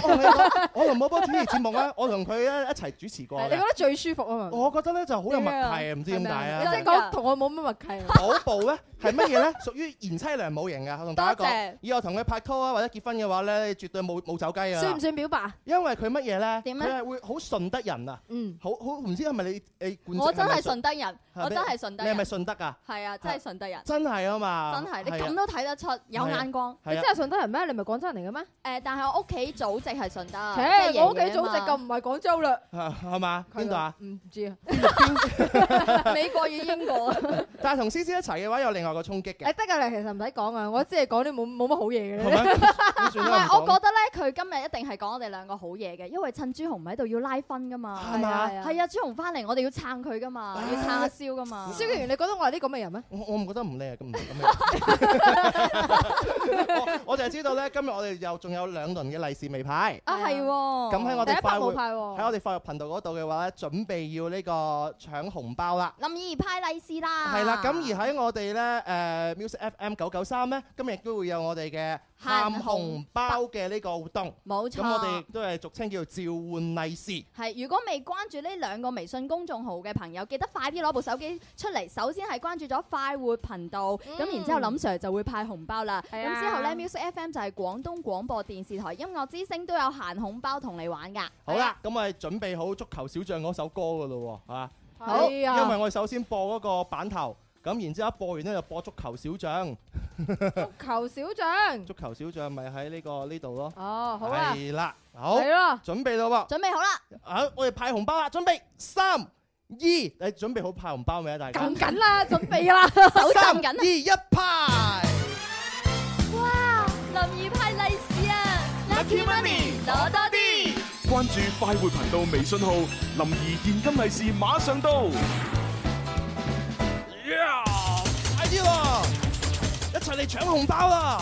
我同寶寶主持節目咧， 我同佢咧一齊主持過嘅。你覺得最舒服啊嘛？我覺得咧就好有默契啊，唔知點解你啊！真係講同我冇乜默契啊。寶寶咧係乜嘢咧？ 屬於賢妻良母型嘅，我同大家多謝講。以後同佢拍拖啊或者結婚嘅話咧，絕對冇冇走雞啊！算唔算表白？因為佢乜嘢咧？點咧佢係會好順德人啊！嗯，好好唔知係咪你你冠我職真咪係順德人，係我真係咩順德你係人咪，順德啊？係啊，真係順德人，真係啊嘛！真係你係啊咁都睇得出有係啊眼光。係啊你真係順德人咩？你唔係廣州人嚟嘅咩？誒，但係我屋企祖籍係順德，切即係我屋企爺爺啊祖籍嘛就唔係廣州啦，啊係嘛？邊度啊？唔知啊。美國與英 國。但係同 C C 一齊嘅話，有另外個衝擊嘅誒，得㗎啦，其實唔使講啊，我只係講啲冇冇乜好嘢嘅係咪咧。點算 唔咧係，我唔講覺得咧，佢今日一定係講我哋兩個好嘢嘅，因為趁朱紅唔喺度要拉分噶嘛。係嘛係啊係啊，朱紅翻嚟，我哋要撐佢噶嘛，要撐阿蕭噶嘛。蕭敬元，你覺得我係啲咁嘅人咩？我我唔覺得唔啊靚咁唔咁樣。 我我就係知道咧，今日我哋又仲有兩輪嘅利是未派。啊，係喎。咁喺我哋第快一拍活冇喺派哦喎我哋快活頻道嗰度嘅話咧，準備要呢個搶紅包啦。林怡派利是啦。啊係啦，咁而喺我哋咧誒 Music FM 九九三咧，今日亦都會有我哋嘅喊紅包嘅呢個活動。冇錯咁我哋亦都係俗稱叫做召喚利是。係，如果未關注呢兩個微信公眾號嘅朋友，記得快啲攞部手機出嚟。首先係關注咗快活頻道，咁、嗯然之後林 Sir 就會派紅包啦。咁、係啊之後呢 Music FM 就係廣東廣播電視台音樂之聲都有限紅包同你玩㗎。啊好啊啦，咁我哋準備好足球小將嗰首歌噶咯喎，係嘛？好因為我哋首先播嗰個版頭，咁然之後一播完咧就播足球小將，求小將。足球小將咪喺呢個呢度咯。哦，好啊，係啦，好，係咯準備咯準備好啦，喎，啊，我哋派紅包啦，準備三二，你準備好派紅包未啊？大家撳緊啦，準備啦，手震緊啊三二一派，哇！林怡派利是啊，Lucky Money 攞多啲。關注快活頻道微信號，林兒現金利是馬上到。快啲喎，一齊嚟搶紅包啦！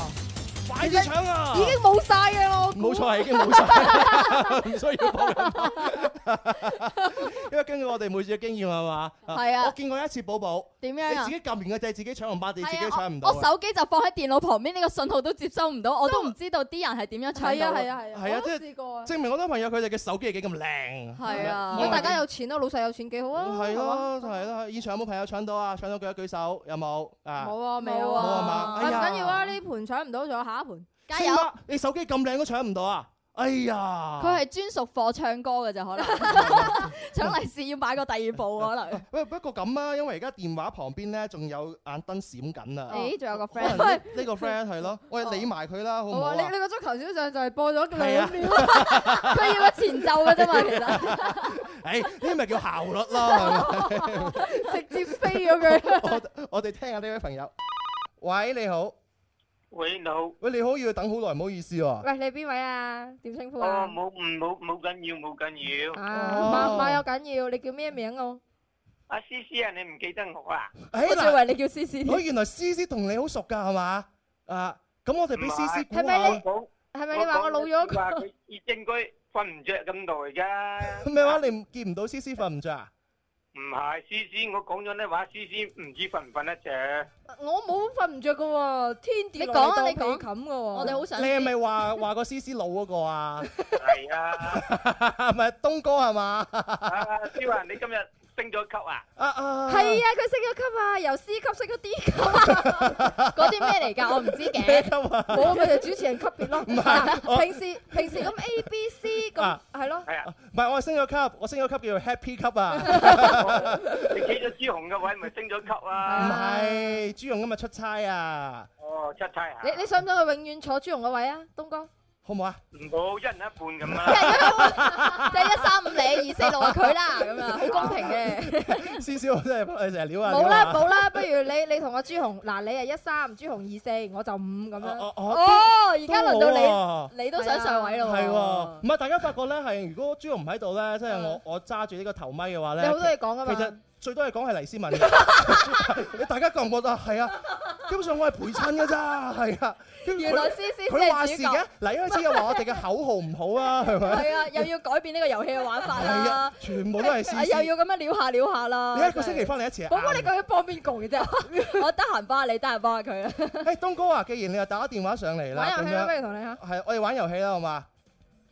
快啲搶啊！已經 冇晒嘅咯。我估冇錯，已經冇 晒，唔需要報咁多。因為根據我哋每次嘅經驗係嘛，係啊我見過一次寶寶，點樣你啊自己撳完個掣，自己搶紅包，你自己係搶啊唔到我我啊。手機就放喺電腦旁邊，呢個信號都接收唔到，我都唔知道啲人係點樣搶係到啊嘅。係啊係啊，係啊我都即係試過啊。證明好多朋友佢哋嘅手機係幾咁靚。係啊咁大家有錢咯，老細有錢幾好啊。係係嘛咯，係咯。現場有冇朋友搶到啊？搶到舉一舉手，有冇啊？冇啊，未冇有啊冇係啊嘛，唔哎呀緊要啊，呢盤搶唔到，仲有下一盤。加星油！媽！你手機咁靚都搶唔到啊？哎呀！佢係專屬課唱歌嘅就可 能搶利是要擺個第二步可能。 喂，不過咁啊，因為而家電話旁邊咧仲有眼燈閃緊啊。誒，仲有個可能 friend，呢呢個 friend 係咯，我哋理埋佢啦，好唔好好啊，啊你？你個足球小將就係播咗係啊兩秒，佢要個前奏嘅 啫嘛，誒，呢啲咪叫效率 咯。係咪其實 直接飛 咗佢。我我哋聽下呢位朋友。喂，你好。喂，你好。喂，你好，要等好耐，唔好意思喎。喂，你邊位啊？點稱呼哦，啊？冇唔冇冇緊要，冇緊要。啊，哦冇冇有緊要，你叫咩名我？阿思思啊，你唔記得我啊？我誒仲以嗱，為你叫思思我添。原來 C C 同你好熟㗎係嘛？啊，咁我哋俾唔 C 係 C 估係咪你下。講係咪你話我老咗話佢應該瞓唔着咁耐㗎。 啊咩話？你唔見唔到 C C 瞓唔着啊？唔係思思，我講咗呢話，思思唔知瞓唔瞓得着。我冇瞓唔着嘅喎，天跌落你講啊嚟你講當被冚嘅喎。我哋好想你係咪話話個 C C 老嗰個啊？係啊， 係咪東哥係嘛？阿思華，你今日升咗級啊？啊啊！係啊，佢升咗級啊，由 C 級升咗 D 級，嗰啲咩嚟㗎？我唔知 嘅。啊冇咪就主持人級別咯。我嗱平時平時咁 A、B、C 咁啊係咯，係啊，唔係，我係升咗級，我升咗級叫做 Happy 級 啊！你企咗朱紅嘅位，咪升咗級唔 à. 啊？係，朱容今日出差啊！哦，出差啊！你你想唔想佢永遠坐朱紅個位啊，東哥？好唔 好啊？唔好一人一半咁啦。即係一三五你，二四六啊佢啦，咁啊，好 公平嘅。思思我真係成日 撩啊！冇撩啦啊冇啦，不如你你同阿朱紅嗱，你係一三，朱紅二四，我就五咁樣。哦而家輪都好到喎你，你哦都想上位咯喎。係喎，唔係大家發覺咧，係如果朱紅唔喺度咧，即係我我揸住呢個頭咪嘅話咧，啊你好多嘢講㗎嘛其實最多嘢講係黎思敏嘅， 你 大家覺唔覺得啊？係啊，基本上我係陪襯㗎咋，係啊。跟住佢原來思思先係佢話事主角嘅，嗱一開始又話我哋嘅口號唔好啊，係咪？ 係啊，又要改變呢個遊戲嘅玩法係啦啊，。全部都係思啊 又思。要咁樣撩下撩下啦。你一個星期翻嚟一次啊寶寶，你究竟幫邊個嘅啫？我得閒幫下你，得閒幫下佢 啊。誒，東哥啊，既然你又打電話上嚟啦，玩遊戲啦咁樣不如同你嚇係，我哋玩遊戲啦，好嘛？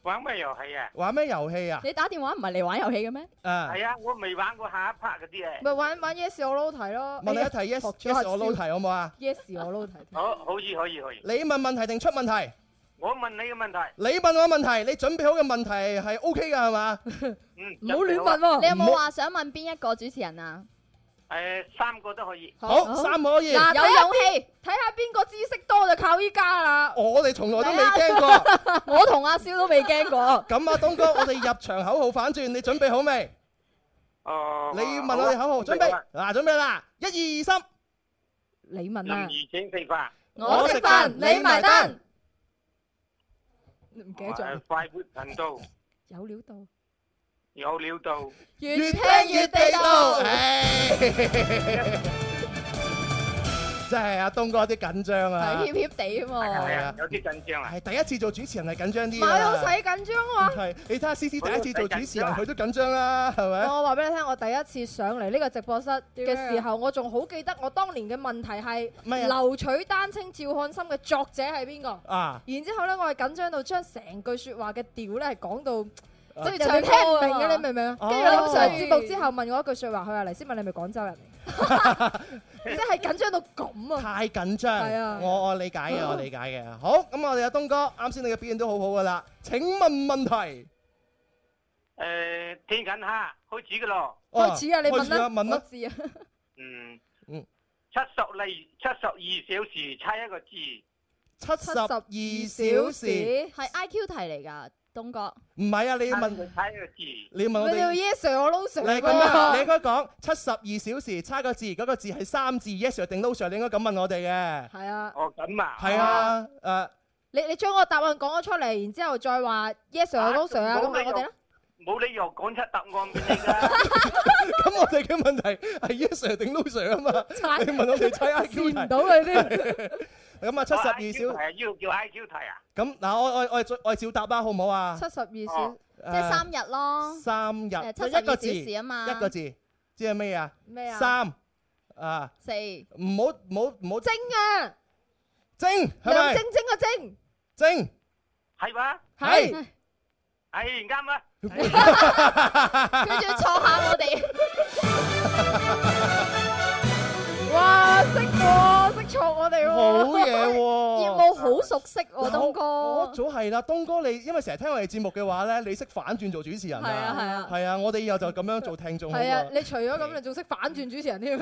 玩咩遊戲 à? 啊？玩咩遊戲啊？你打電話唔係嚟玩遊戲嘅咩？啊，係啊，我未玩過下一 part 嗰啲嘢。咪玩玩 yes 我撈題咯。問你一題 yes yes 我撈題好唔好啊？yes 我撈題。Ờ, 好，可以，可以，可以。你問問題定出問題？我問你嘅問題，你問我問題，你準備好嘅問題係 O K 㗎係嘛？嗯，Ừ, 唔好亂問喎你有冇唔好話想問邊一個主持人啊？誒，三個都可以。好，三個可以。嗱，有睇下勇邊，睇下邊個知識多就靠依家啦。我哋從來都未驚過。 我同阿蕭都未驚 過。咁啊，東哥，我哋入場口號反轉，你準備好未？Ờ, 哦，你問我哋口號，準備嗱，準備啦，一二三，你 Dạ, 問林怡請食飯，我食飯你埋單。唔記得 Ờ, 誒咗，快活頻道有料到。有料到，越聽越地道唉 真係啊，東哥有啲緊張啊，係怯怯地係喎。à, 啊，有啲緊張啊。係第一次做主持人係緊張啲咪好使㗎。緊張啊喎。係，你睇下 C C 第一次做主持人，好佢都緊張啦，係啊咪？我話俾你聽，我第一次上嚟呢個直播室嘅時候，我仲好記得我當年嘅問題係咩《啊留取丹青照漢心》嘅作者係邊個？啊，然之後咧，我係緊張到將成句説話嘅調咧係講到，啊即係人哋聽唔明嘅，你明唔明啊？哦跟住我上節目之後問我一句説話，佢話黎思敏你係咪廣州人嚟？ 即係緊張到咁啊！太緊張。係啊我我理解 嘅，我理解嘅。好，咁我哋阿東哥，啱先你嘅表現都好好㗎啦。請問問題？誒，天緊蝦開始嘅咯。 開始啊，你問啦，問啦我。知啊。Ừ. 嗯，嗯七十二七十二小時猜一個字，七十二小時。係 I Q 題嚟㗎，東哥。唔係啊，你問猜一個字，你問我佢叫哋。 yes sir，我 no 你 sir 咁啊樣，你應該講七十二小時差個字，嗰個字係三字 yes sir 定 no sir，你應該咁問我哋嘅。係啊，Ờ, 哦咁啊，係啊， 誒，你你將個答案講咗出嚟，然之後再話 yes sir 啊 no sir 啊，咁冇理咪我哋啦由。冇理由講出答案俾你㗎。咁我哋嘅問題係 yes sir 定 no sir 啊嘛。猜你問我哋猜 I 見 Q 題唔。到佢啲。 咁啊，七十二小係要叫 I Q 題 à? 啊？咁嗱，我我我係我係照答啦，好唔好啊？七十二小即即係三日咯。三日，誒七十一個二字，小時啊嘛一個字，即係咩啊？咩啊？三啊， 四係唔好唔好唔好精啊，精係梁咪晶？晶個晶，精係嘛？係哎，啱啊！佢仲要錯下我哋。哇，識喎，識錯我哋喎，好嘢 喎！業務好熟悉嗱喎，東哥。我我早係啦，東哥你因為成日聽我哋節目嘅話咧，你識反轉做主持人係啊係啊啊，係啊，我哋以後就咁樣做聽眾好係啊嘛，？你除咗咁，你仲識反轉主持 人添。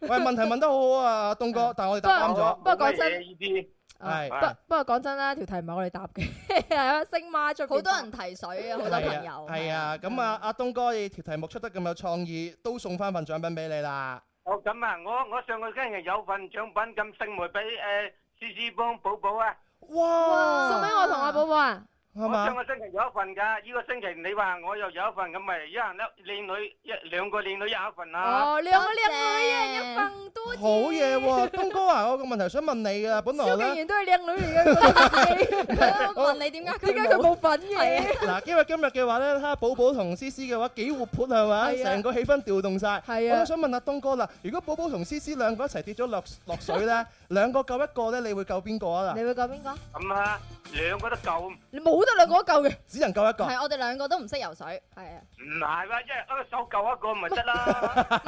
喂，問題問得好好啊，東哥，但係我哋答啱咗不，過講真咩嘢呢啲啊係不不過講真啦，條題唔係我哋答嘅，係啊，星媽出邊好多人提水啊，好多朋係啊友。係啊，咁啊，阿東哥你條題目出得咁有創意，都送翻份獎品俾你啦。Ờ, 哦咁啊，我我上個星期有份獎品，咁星梅俾 ờ, 誒思思幫寶寶 à. 啊。哇！送俾我同阿寶寶啊，係我嘛上？個星期有一份㗎，呢個星期你話我又有一份，咁咪一 à, 人一靚女一兩個靚女有一份啦。哦，兩個多謝靚女啊，一份多謝好嘢喎，東哥啊，我有個問題想問你啊，本來蕭敬咧然都係靚 女嚟嘅佢自己，我問你點解佢點解佢冇份嘅？ 嗱，因為今日嘅話咧，睇下寶寶同思思嘅話幾活潑係嘛，係啊成個氣氛調動晒。係啊我都想問下東哥啦，如果寶寶同思思兩個一齊跌咗落落水 咧，兩個救一個咧，你會救邊個啊？嗱，你會講邊個？咁啊，兩個都夠，你冇得得兩個都夠嘅。只能夠一個。 係，我哋兩個都唔識游水，係啊。唔係喎，即係一個手救一個咪得啦。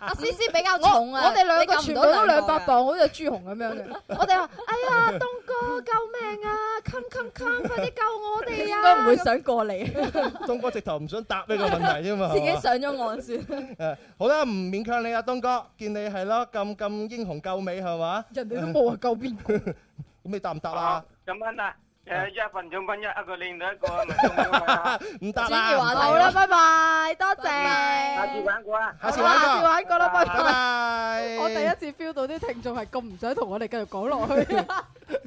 阿思思比較重啊，我哋兩個你撳唔全到部都兩兩個百㗎。磅，好似朱紅咁樣嘅。我哋話：哎呀，東哥救命啊！冚冚冚，快啲救我哋啊！都唔會咁想過嚟，東哥直頭唔想答呢個問題啫嘛。自己係嘛上咗岸算。誒好啦，唔勉強你啊，東哥，見你係咯咁咁英雄救美係嘛？ 人哋都冇話救邊個，咁你答唔答啊？咁樣 à. 啊，Dạ, 誒一份獎品一一個靚女一個咪中咗咪 啊！唔答轉移話題啦，好啦，拜拜，多謝。下次玩過啊！下次好啦玩過下次玩過啦，拜拜拜 我第一次 feel 到啲聽眾係咁唔想同我哋繼續講落去。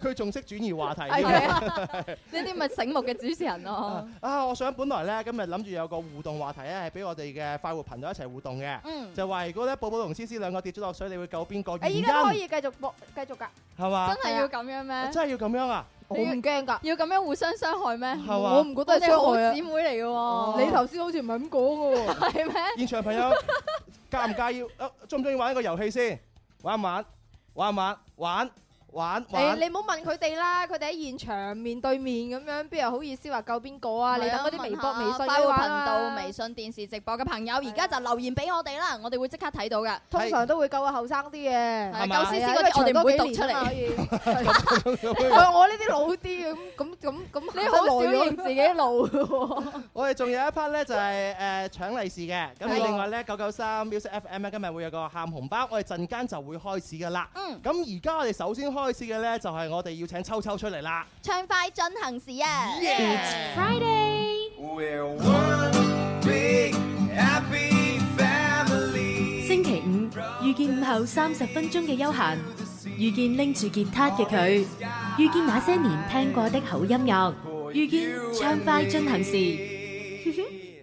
佢仲識轉移話 題。係啊，呢啲咪醒目嘅主持人咯。啊！我想本來咧今日諗住有個互動話題咧，係俾我哋嘅快活頻道一齊互動嘅，嗯就話如果咧寶寶同思思兩個跌咗落水，你會救邊個誒，原依因家可以繼續播，繼續㗎。係嘛？真係要咁樣咩？真係要咁 樣啊！我唔驚㗎，要咁樣互相傷害咩？嘛我唔覺得係傷害啊我哋好姊妹嚟嘅喎。你頭先好似唔係咁 講嘅喎。係咩？現場朋友 介唔介意？呃中唔中意玩呢個遊戲先？玩唔玩？玩唔玩？玩玩誒，玩。你唔好問佢哋啦，佢哋喺現場面對面咁樣，邊有好意思話救邊個啊？你等嗰啲微博、微信快嘅活話頻道啦、微信電視直播嘅朋友，而家就留言俾我哋啦，我哋會即刻睇到噶。通常都會救下後生啲嘅，係嘛舊思思嗰啲我哋唔會讀出嚟 嚟我我呢啲老啲嘅，咁咁咁咁，你好少認自己 老 我哋仲有一 part 咧就係誒搶利是嘅，咁係另外咧九九三 music FM 咧今日會有個喊紅包，我哋陣間就會開始噶啦。嗯咁而家我哋首先開始嘅咧就係我哋要請秋秋出嚟啦。暢快進行時啊 Yeah！It's Friday。 We're one big happy family。星期五遇見午後三十分鐘嘅休閒，遇見拎住吉他嘅佢，遇見那些年聽過的好音樂，遇見暢快進行時。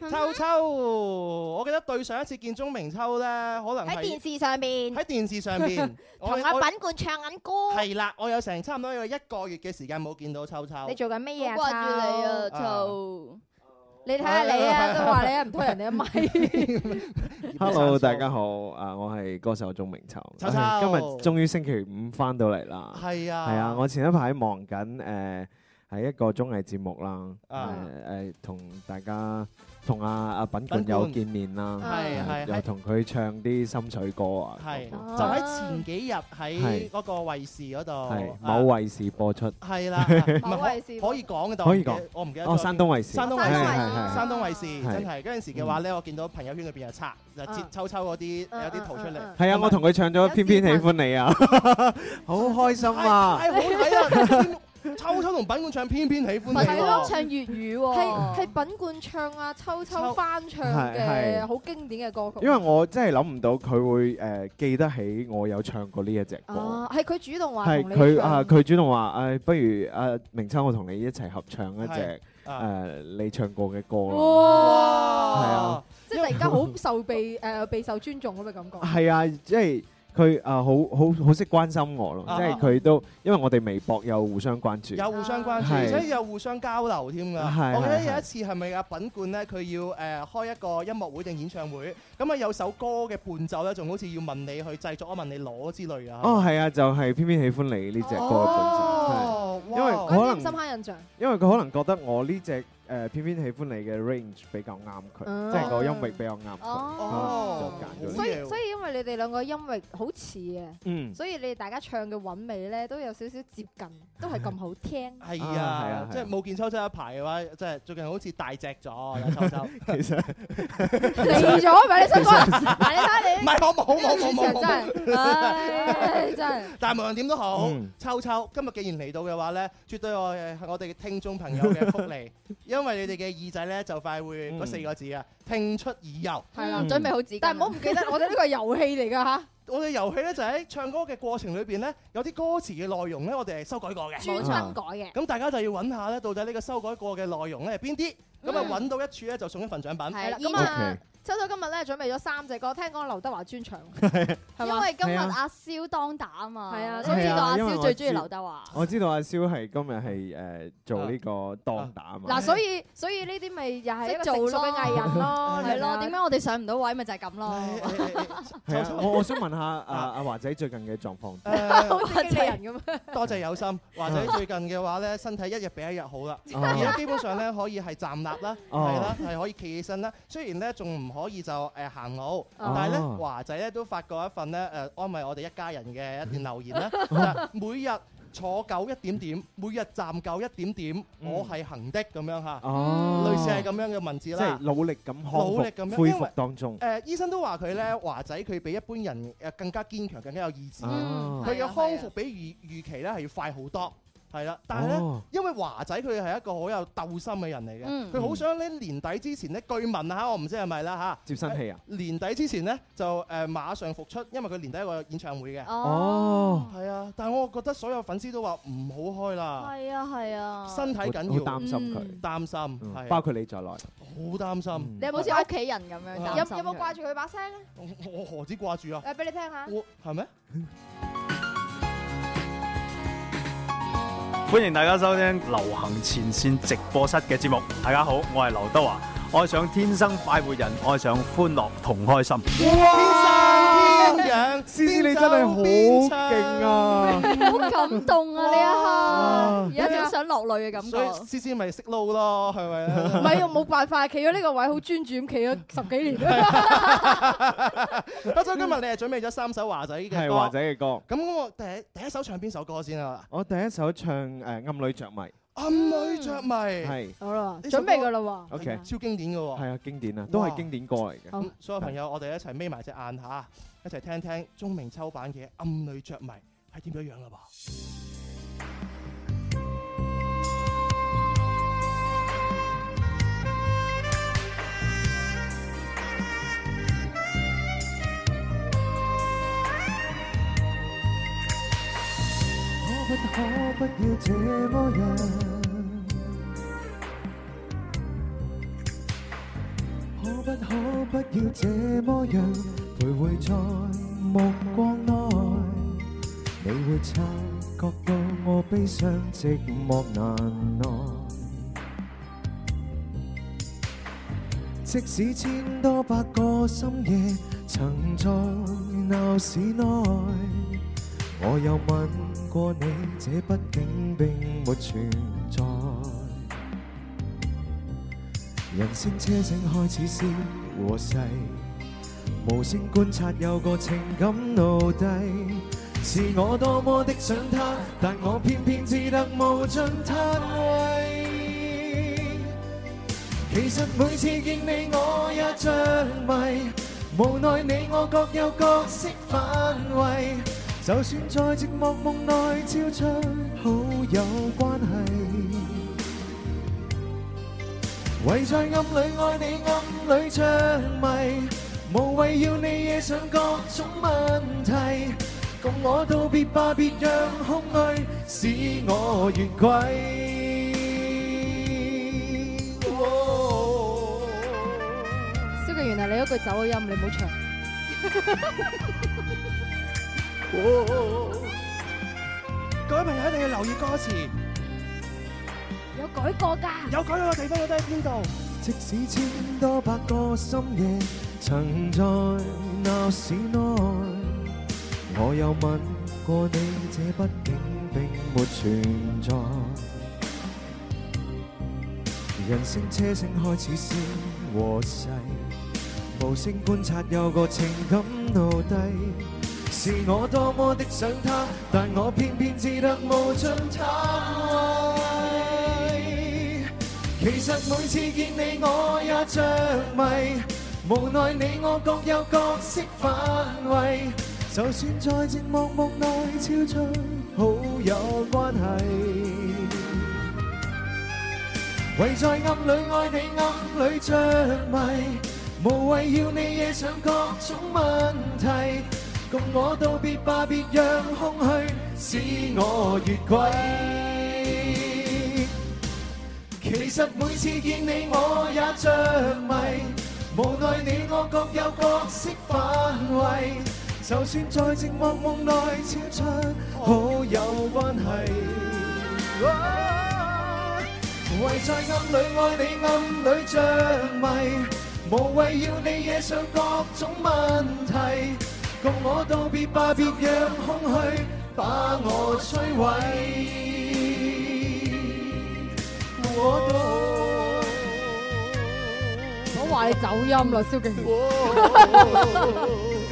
秋秋，我記得對上一次見鍾明秋咧，可能喺係電視上邊，喺電視上 邊我同我阿品冠唱緊歌。係啦，我有成差唔多有一個月嘅時間冇見到秋秋。你做緊咩嘢啊？好掛住你 Ờ. 啊秋！你睇下你啊，都話你啊，唔推人哋一 米。 Hello，大家好，啊，我係歌手鍾明秋，秋秋唉今日終於星期五翻到嚟啦，係啊係啊，我前一排忙緊誒喺一個綜藝節目啦，啊誒誒同大家同阿阿品冠有見面啦，係係係又同佢唱啲心水歌啊，係咁就喺前幾日喺係嗰個衛視嗰度，係啊某衛視播出， 係啦，唔某係衛可可以講嘅，但可以我唔講記得我唔記得哦咗山東衛視山東山東衛衛視係係係視，山東衛視係嗯真係嗰陣時嘅話咧，我見到朋友圈裏邊有刷就截秋秋嗰啲有啲圖出嚟，係啊，我同佢唱咗《偏偏喜歡你》啊，好開心啊！哎唉好睇啊！ 秋秋同品冠唱偏偏喜歡你係咯喎，唱粵語喎，係係品冠唱啊，秋秋翻唱係嘅係好經典嘅歌曲。因為我真係諗唔到佢會誒記得起我有唱過呢一隻歌，啊，係佢主動話係同你佢唱啊佢主動話誒，不如啊明秋我同你一齊合唱一隻啊誒你唱過嘅歌啦，係哇啊即係突然間好受被誒備受尊重咁嘅感覺。係啊，即係佢啊好好好識關心我咯，即係佢都因為我哋微博有互相關注，啊有互相關注，係啊所以有互相交流添㗎。係我記係得係有一次係咪阿品冠咧，佢要誒開一個音樂會定演唱會，咁啊有首歌嘅伴奏咧，仲好似要問你去製作啊，問你攞之類㗎。哦係啊，就係偏偏喜歡你呢隻歌嘅本身係。哦，因為嗰可啲能咁深刻印象。因為佢可能覺得我呢只誒偏偏喜歡你嘅 range 比較啱佢，嗯即係個音域比較啱佢，哦啊就揀咗所呢以隻。所以因為你哋兩個音域好似嘅，嗯所以你哋大家唱嘅韻味咧都有少少接近，都係咁好 聽。係啊係啊啊，即係冇見秋秋一排嘅話，即係最近好似大隻咗有秋 秋。其實嚟咗咪你出歌？嗱你睇下唔你，係我冇冇冇冇主持人真係唉冇真係。但無論點都好嗯，秋秋今日既然嚟到嘅話咧，絕對我呃係我哋嘅聽眾朋友嘅福 利，因為你哋嘅耳仔咧就快會嗯嗰四個字啊，聽出耳油。係啦，但係唔好唔記得，我哋呢個係遊戲嚟㗎吓。我哋遊戲咧就喺唱歌嘅過程裏邊咧，有啲歌詞嘅內容咧，我哋係修改過嘅，專登改嘅咁大家就要揾下咧，到底呢個修改過嘅內容咧係邊啲？咁啊嗯揾到一處咧就送一份獎品。哦係啦，咁啊，收到今日咧準備咗三隻歌，聽講劉德華專場，係因嘛為今日係啊阿蕭當打啊嘛，係啊所以知道阿因為蕭我最中意知劉德華。我知道阿蕭係今日係誒做呢個當打啊嘛。嗱，所以所以呢啲咪又係一識個做成熟嘅藝人咯，係咯，點點解我哋上唔到位咪就係 哦咁咯？啊係啊，我我想問下阿阿華仔最近嘅狀況。好似經理人咁樣？多謝有 心，或者最近嘅話咧，身體一日比一日好啦。哦而家基本上咧可以係站立啦，哦係啦，係可以企起身啦。雖然咧仲唔可以就誒行路，哦但係咧華仔咧都發過一份咧誒安慰我哋一家人嘅一段留言 啦。就係每日坐夠一點點，每日站夠一點點，我係行的咁樣嚇。嗯哦類似係咁樣嘅文字即啦。係努力咁康努力咁復樣恢因為復當中。誒醫生都話佢咧華仔佢比一般人誒更加堅強，更加有意志。嗯佢係嘅啊康復比預預期咧係要快好多。係啦，但係咧，哦因為華仔佢係一個好有鬥心嘅人嚟嗯嘅，佢好、想咧年底之前咧，據聞啊嚇我唔知係咪啦嚇，接新戲啊年底之前咧就誒、馬上復出，因為佢年底有個演唱會嘅。哦，係啊，但係我覺得所有粉絲都話唔好開啦，係啊係啊，身體緊好要，擔心佢嗯擔心，係包括嗯你在內。好擔心。你有冇好似屋企人咁樣啊擔有心有冇佢掛住佢把聲咧？我我何止掛住啊？誒，俾你聽下。我係咩？欢迎大家收聽流行前線直播室嘅節目。大家好，我係劉德華，愛上天生快活人，愛上歡樂同開心。哇！天生天養，思思你真係好勁啊！好感動啊！呢一刻，而家 仲想落淚嘅感所以覺。啊思思咪識撈咯， 係咪啊？唔係，我冇辦法，企咗呢個位好專注咁企咗十幾 年 啦。不咗今日你係準備咗三首華仔嘅歌，係華仔嘅歌。咁我第一第一首唱邊首歌先啊？我第一首唱誒《暗女着迷》。暗女着迷係好啦，呢首準備㗎啦喎。 OK 超經典嘅喎。係啊，經典啊，都哇係經典歌嚟嘅。咁所有朋友，我哋一齊眯埋隻眼嚇，一齊聽聽鐘明秋版嘅《暗女着迷》係點樣樣啦噃。可不可不要這麼人？可不可不要這麼樣？徘徊在目光內，你會察覺到我悲傷、寂寞難耐。即使千多百個深夜，曾在鬧市內。我有問過你，這畢竟並沒存在。人聲車聲開始消和逝，無聲觀察有個情感奴隸。是我多麼的想他，但我偏偏只得無盡嘆謂。其實每次見你我也着迷，無奈你我各有角色範圍。就算在寂寞夢內超出好友關係，唯在暗裏愛你，暗裏着迷，無謂要你惹上各種問題。共我道別吧，別讓空虛使我越軌。蕭敬元係你嗰句走嘅音，你唔好唱。各位朋友一定要留意歌詞，有改過㗎。有改過嘅地方，到底喺邊度？即使千多百個深夜，曾在鬧市內，我有問過你，這畢竟並沒存在。人聲車聲開始消和逝，無聲觀察有個情感奴隸。是我多麼的想他，但我偏偏只得無盡貪愛。其實每次見你我也着迷，無奈你我各有角色範圍，就算在寂寞夢內超出好友關係，唯在暗裏愛你，暗裏着迷，無謂要你惹上各種問題，共我道別吧，別讓空虛使我越軌。其實每次見你我也着迷，無奈你我各有角色範圍，就算在寂寞夢內超出好友關係。哦為在暗裏愛你，暗裏着迷，無謂要你惹上各種問題，共我道別吧，別讓空虛把我摧毀。我都。我話你走音啦，蕭敬元。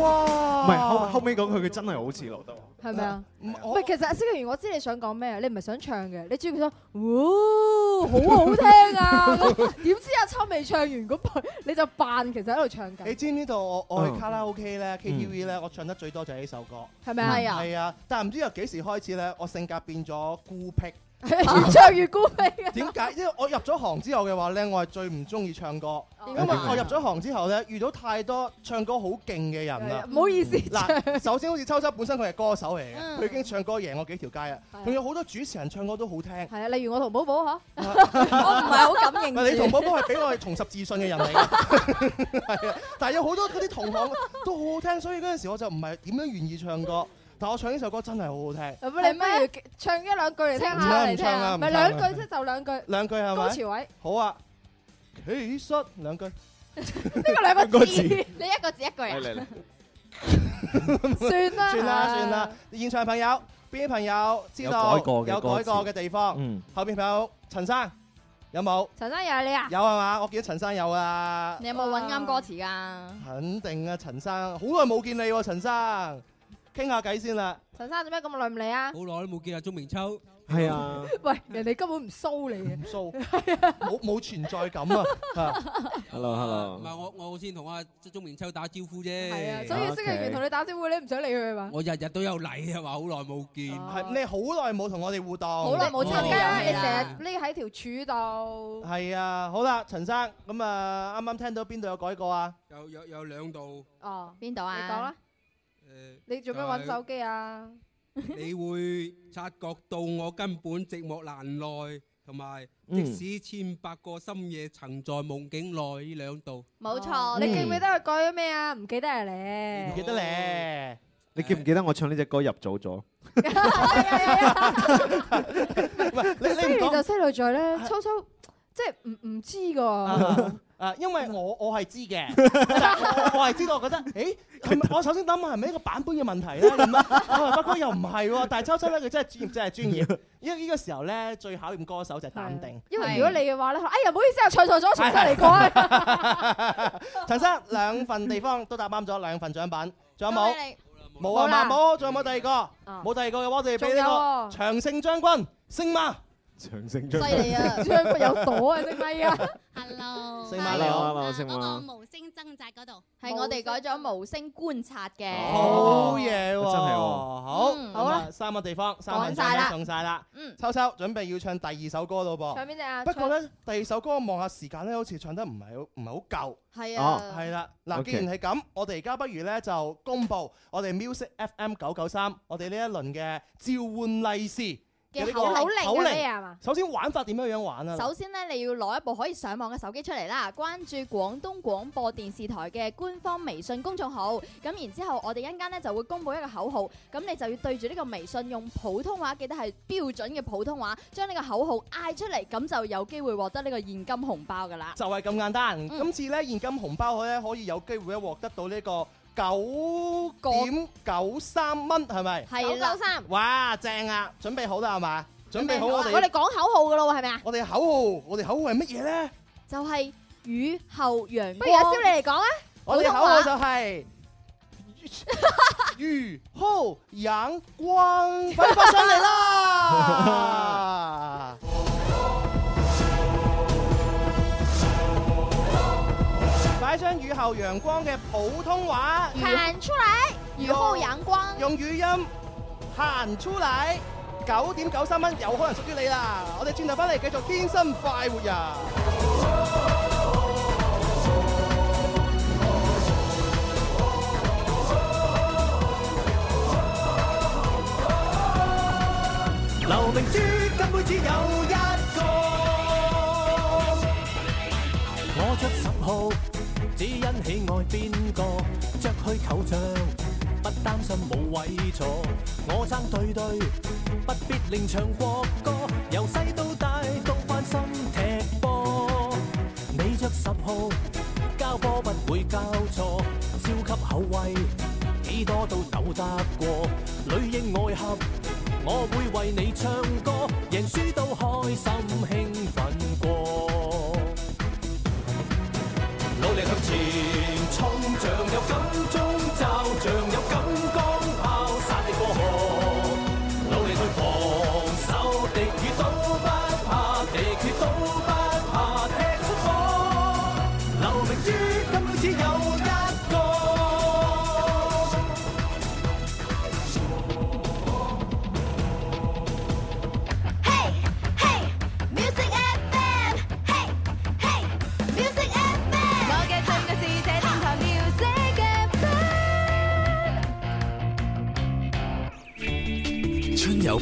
哇！唔係後啊後尾講佢，佢真係好似劉德 華。係咪啊？唔係，其實蕭敬元，我知你想講咩，你唔係想唱嘅，你主要想，哇，好好聽啊！咁點知阿秋未唱完嗰句，你就扮其實喺度唱緊。你知唔知道我我去卡拉 OK 咧、KTV 咧，我唱得最多就係呢首歌，係咪啊係啊係啊，但係唔知由幾時開始咧，我性格變咗孤 僻。 越唱越孤僻。點解？因為我入咗行之後嘅話咧，我係最唔中意唱歌，因點解為我入啊咗行之後咧，遇到太多唱歌好勁嘅人啦。唔好意思啊 嗱，首先好似秋秋本身佢係歌手嚟嘅，嗯佢已經唱歌贏我幾條街啦係啊。仲有好多主持人唱歌都好聽。係啊，例如我同寶寶嚇， 我唔係好敢認你住同寶寶係俾我係重拾自信嘅人嚟 嘅，係啊！但係有好多嗰啲同行都好好聽，所以嗰陣時我就唔係點樣願意唱歌。但我唱呢首歌真係好好聽，咁你不如唱一兩句嚟聽唔唱下嚟聽唔唱啊下，唔唱唔係啊兩句啫，就兩句。兩句係咪？高潮位，好啊！其實兩句，呢個兩個字，兩個字你一個字一句啊。嚟算啦算啦，算啊啦！現場朋友，邊啲朋友知道有改過嘅有改歌詞過嘅地方？嗯後邊朋友陳生有冇？陳生又係你啊？有係嘛？我見到陳生有啊。你有冇揾啱歌詞㗎？肯定啊，陳生，好耐冇見你喎，陳生，傾下偈先啦。陳生做咩咁耐唔嚟啊？哦好耐都冇見阿鍾明秋。係啊，喂，人哋根本唔騷你啊嘅，唔騷， 冇冇存在感唔啊！Hello，Hello，係我我先同阿鍾明秋打招呼啫。係啊，所以蕭敬元同你打招呼，你唔想理佢係嘛？我日日都有嚟啊，話好耐冇見。啊係哦你好耐冇同我哋互動，好啊耐冇參參加，你成日。日匿喺條柱度。係啊，好啦，陳生，咁啊，啱啱聽到邊度有改過啊？有有有兩度哦，邊度啊你講啦，Ờ, 誒，你做咩揾手機啊？你會察覺到我根本寂寞難耐，同埋嗯即使千百個深夜曾在夢境內呢兩度。冇哦你記唔記得佢改咗咩啊？唔記得啊你。嗯記得 咧。你記唔記得我唱呢只歌入組咗？哎 你犀利講就犀利在咧，秋秋即係唔唔知㗎。啊，因為我我係知嘅， 我我係知道，我覺得，誒，係咪我首先諗下係咪一個版本嘅問題咧？咁啊我話不過又唔係喎，但係秋秋咧，佢真係專業，真係專業。因為呢個時候咧，最考驗歌手就係淡定。因為如果你嘅話咧，哎呀唔好意思啊，錯錯咗，重新嚟過啊。陳生兩份地方都答啱咗，兩份獎品，仲有冇？冇冇啊啦嘛，冇，仲有冇第二個？哦冇第二個嘅話，我哋俾呢仲有個啊長勝將軍星媽。長勝犀利啊張君有朵啊隻咪啊 Hello，星媽你好，Hello，星媽。無聲掙扎嗰度，係我哋改咗無聲觀察嘅。好嘢喎！哦真係喎好，哦嗯好好啦啦，三個地方，三個講晒啦送晒啦。嗯秋秋準備要唱第二首歌咯唱噃。邊隻啊？哦不過咧，第二首歌我望下時間咧，好似唱得唔係好唔係好夠。係啊係啦。嗱， OK 既然係咁，我哋而家不如咧就公佈我哋 Music FM 九九三，我哋呢一輪嘅召喚利是嘅呢個口令係咩啊嘛首先玩法點樣樣玩啊？首先咧，你要攞一部可以上網嘅手機出嚟啦，關注廣東廣播電視台嘅官方微信公眾號。咁然之後，我哋一陣間咧就會公布一個口號，咁你就要對住呢個微信用普通話，記得係標準嘅普通話，將呢個口號嗌出嚟，咁就有機會獲得呢個現金紅包噶啦。就係咁簡單。今次咧現金紅包咧可以有機會咧獲得到呢個九點九三蚊，係咪？係啦993哇，正啊！準備好啦，係嘛？準備好啦我哋我哋講口號噶咯喎，係咪啊？我哋口號，我哋口號係乜嘢咧？就係雨後陽光。不如阿蕭你嚟講啊我哋口號就係雨後陽光，快發上 嚟啦！擺張雨後陽光嘅普通話喊出來，雨後陽光，用語音行出嚟，九點九三蚊有可能屬於你啦！我哋轉頭翻嚟繼續天生快活人。流明珠根本只有一個，我最出十號，只因喜愛邊個，着去球場，不擔心冇位坐，我爭對對，不必另唱國歌，由細到大都關心踢波，你着十號，交波不會交錯，超級後衞，幾多都鬥得過，裏應外合。我會為你唱歌，贏輸都開心興奮過。努力向前衝，像有金鐘罩，像有金剛炮，殺力過河。努力去防守，滴血都不怕，滴血都不怕，踢出火。留名於今只有一個。 Music FM，嘿嘿，Music FM，我嘅最愛是這電台 Music FM。春有